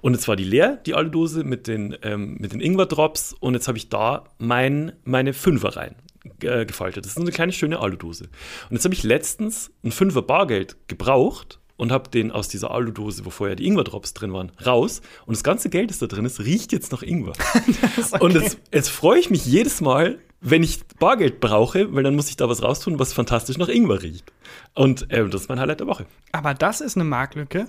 C: Und jetzt war die leer, die Aludose mit den, ähm, mit den Ingwer-Drops. Und jetzt habe ich da mein, meine Fünfer rein äh, gefaltet. Das ist so eine kleine schöne Aludose. Und jetzt habe ich letztens ein Fünfer Bargeld gebraucht und habe den aus dieser Aludose, wo vorher die Ingwer-Drops drin waren, raus. Und das ganze Geld, das da drin ist, riecht jetzt nach Ingwer. Und jetzt, jetzt freue ich mich jedes Mal, wenn ich Bargeld brauche, weil dann muss ich da was raustun, was fantastisch nach Ingwer riecht. Und ähm, das ist mein Highlight der Woche.
B: aber das ist eine Marktlücke.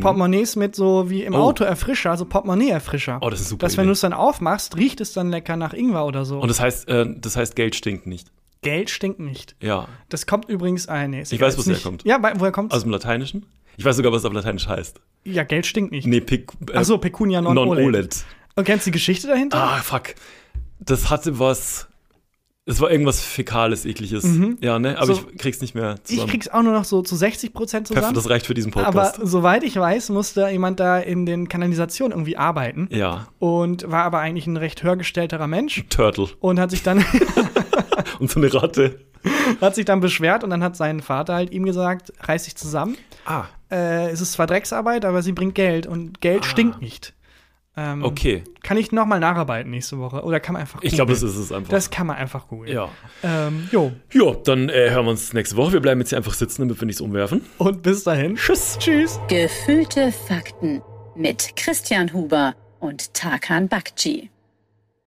B: Portemonnaies mit so wie im
C: Hm. Oh.
B: Auto Erfrischer, also Portemonnaie-Erfrischer.
C: Oh, das ist eine super
B: Dass, wenn
C: Idee.
B: du es dann aufmachst, riecht es dann lecker nach Ingwer oder so.
C: Und das heißt, äh, das heißt, Geld stinkt nicht.
B: Geld stinkt nicht.
C: Ja.
B: Das kommt übrigens ein. Nee, ist
C: Ich
B: egal,
C: weiß,
B: ist
C: wo's
B: nicht-
C: herkommt. Also
B: Ja, wei- woher kommt's?
C: Aus dem Lateinischen? Ich weiß sogar, was es auf Lateinisch heißt.
B: ja, Geld stinkt nicht.
C: Nee, Pic, äh,
B: Ach so, Pecunia non,
C: Non-Olet.
B: olet. Und kennst du die Geschichte dahinter?
C: Ah, fuck. Das hatte was. Es war irgendwas Fäkales, Ekliges. Ja, ne? Aber
B: Mhm. So-
C: ich krieg's nicht mehr
B: ich
C: zusammen.
B: krieg's auch nur noch so zu 60 Prozent
C: Perfekt,
B: zusammen.
C: das reicht für diesen
B: Aber
C: Podcast.
B: soweit ich weiß, musste jemand da in den Kanalisationen irgendwie arbeiten
C: ja.
B: und war aber eigentlich ein recht hörgestellterer Mensch
C: Turtle
B: und hat sich dann
C: und so eine Ratte.
B: hat sich dann beschwert und dann hat sein Vater halt ihm gesagt, reiß dich zusammen.
C: Ah,
B: Äh, es ist zwar Drecksarbeit, aber sie bringt Geld und Geld stinkt nicht. Ähm,
C: okay.
B: Kann ich nochmal nacharbeiten nächste Woche oder kann man einfach
C: Ich glaube, das
B: googeln?
C: ist es einfach.
B: das kann man einfach googeln.
C: ja.
B: Ähm, jo.
C: Ja, dann äh, hören wir uns nächste Woche. Wir bleiben jetzt hier einfach sitzen, damit wir nichts umwerfen.
B: Und bis dahin. Tschüss. Tschüss.
A: Gefühlte Fakten mit Christian Huber und Tarkan Bakci.